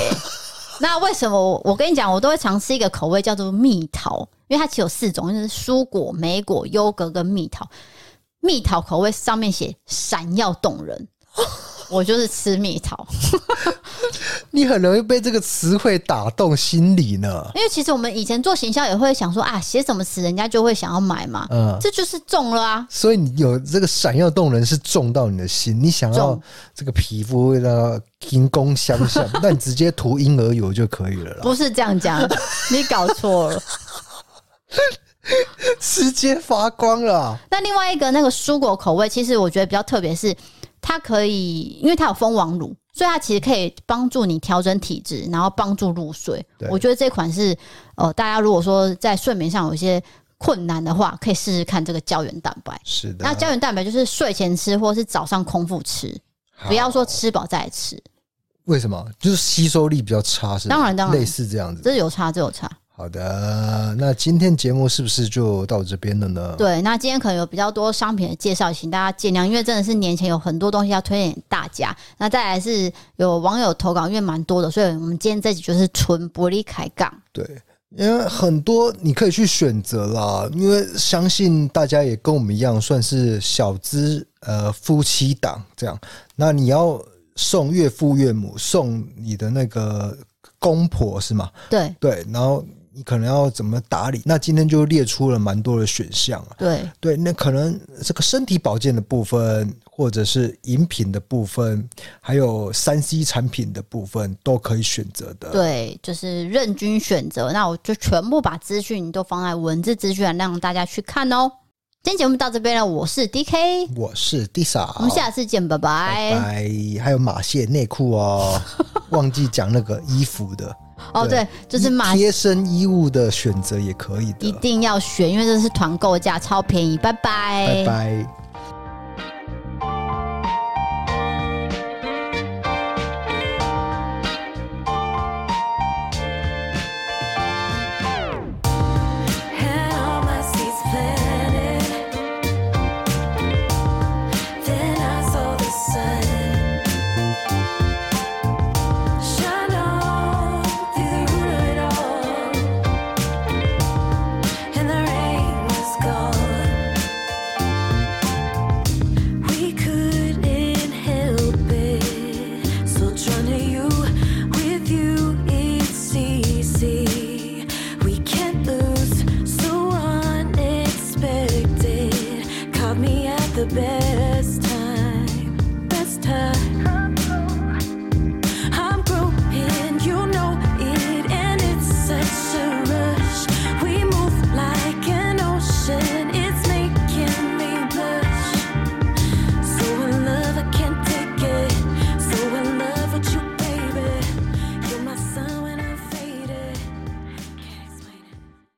[SPEAKER 2] 那为什么我我跟你讲，我都会尝试一个口味叫做蜜桃，因为它只有四种，就是蔬果、莓果、优格跟蜜桃。蜜桃口味上面写闪耀动人，我就是吃蜜桃，
[SPEAKER 1] 你很容易被这个词汇打动心理呢。
[SPEAKER 2] 因为其实我们以前做行销也会想说啊，写什么词人家就会想要买嘛，
[SPEAKER 1] 嗯，
[SPEAKER 2] 这就是中了啊。
[SPEAKER 1] 所以你有这个闪耀动人是中到你的心，你想要
[SPEAKER 2] 中
[SPEAKER 1] 这个皮肤让它金光相向，那你直接涂婴儿油就可以了啦，
[SPEAKER 2] 不是这样讲，你搞错了。
[SPEAKER 1] 直接发光了。
[SPEAKER 2] 那另外一个那个蔬果口味，其实我觉得比较特别是，它可以，因为它有蜂王乳，所以它其实可以帮助你调整体质，然后帮助入睡
[SPEAKER 1] 对。
[SPEAKER 2] 我觉得这款是呃，大家如果说在睡眠上有一些困难的话，可以试试看这个胶原蛋白。
[SPEAKER 1] 是的
[SPEAKER 2] 那，胶原蛋白就是睡前吃，或是早上空腹吃，不要说吃饱再来吃，
[SPEAKER 1] 为什么？就是吸收力比较差，是吧
[SPEAKER 2] 当然当然
[SPEAKER 1] 类似这样子。
[SPEAKER 2] 这有差，这有差。
[SPEAKER 1] 好的，那今天节目是不是就到这边了呢？
[SPEAKER 2] 对，那今天可能有比较多商品的介绍，请大家见谅，因为真的是年前有很多东西要推荐给大家。那再来是有网友投稿，因为蛮多的，所以我们今天这集就是纯玻璃开杠。
[SPEAKER 1] 对，因为很多你可以去选择啦，因为相信大家也跟我们一样，算是小资呃夫妻档这样。那你要送岳父岳母，送你的那个公婆是吗？
[SPEAKER 2] 对
[SPEAKER 1] 对，然后你可能要怎么打理？那今天就列出了蛮多的选项啊。
[SPEAKER 2] 对，
[SPEAKER 1] 对，那可能这个身体保健的部分，或者是饮品的部分，还有三 C 产品的部分，都可以选择的。
[SPEAKER 2] 对，就是任君选择。那我就全部把资讯都放在文字资讯栏，让大家去看哦。今天节目到这边了，我是 D K，
[SPEAKER 1] 我是 Disa，
[SPEAKER 2] 我们下次见，
[SPEAKER 1] 拜拜，还有马蟹内裤 哦，忘记讲那个衣服的，
[SPEAKER 2] 哦，对，就是马
[SPEAKER 1] 贴身衣物的选择也可以
[SPEAKER 2] 一
[SPEAKER 1] 的。
[SPEAKER 2] 定要选，因为这是团购价，超便宜。拜
[SPEAKER 1] 拜拜。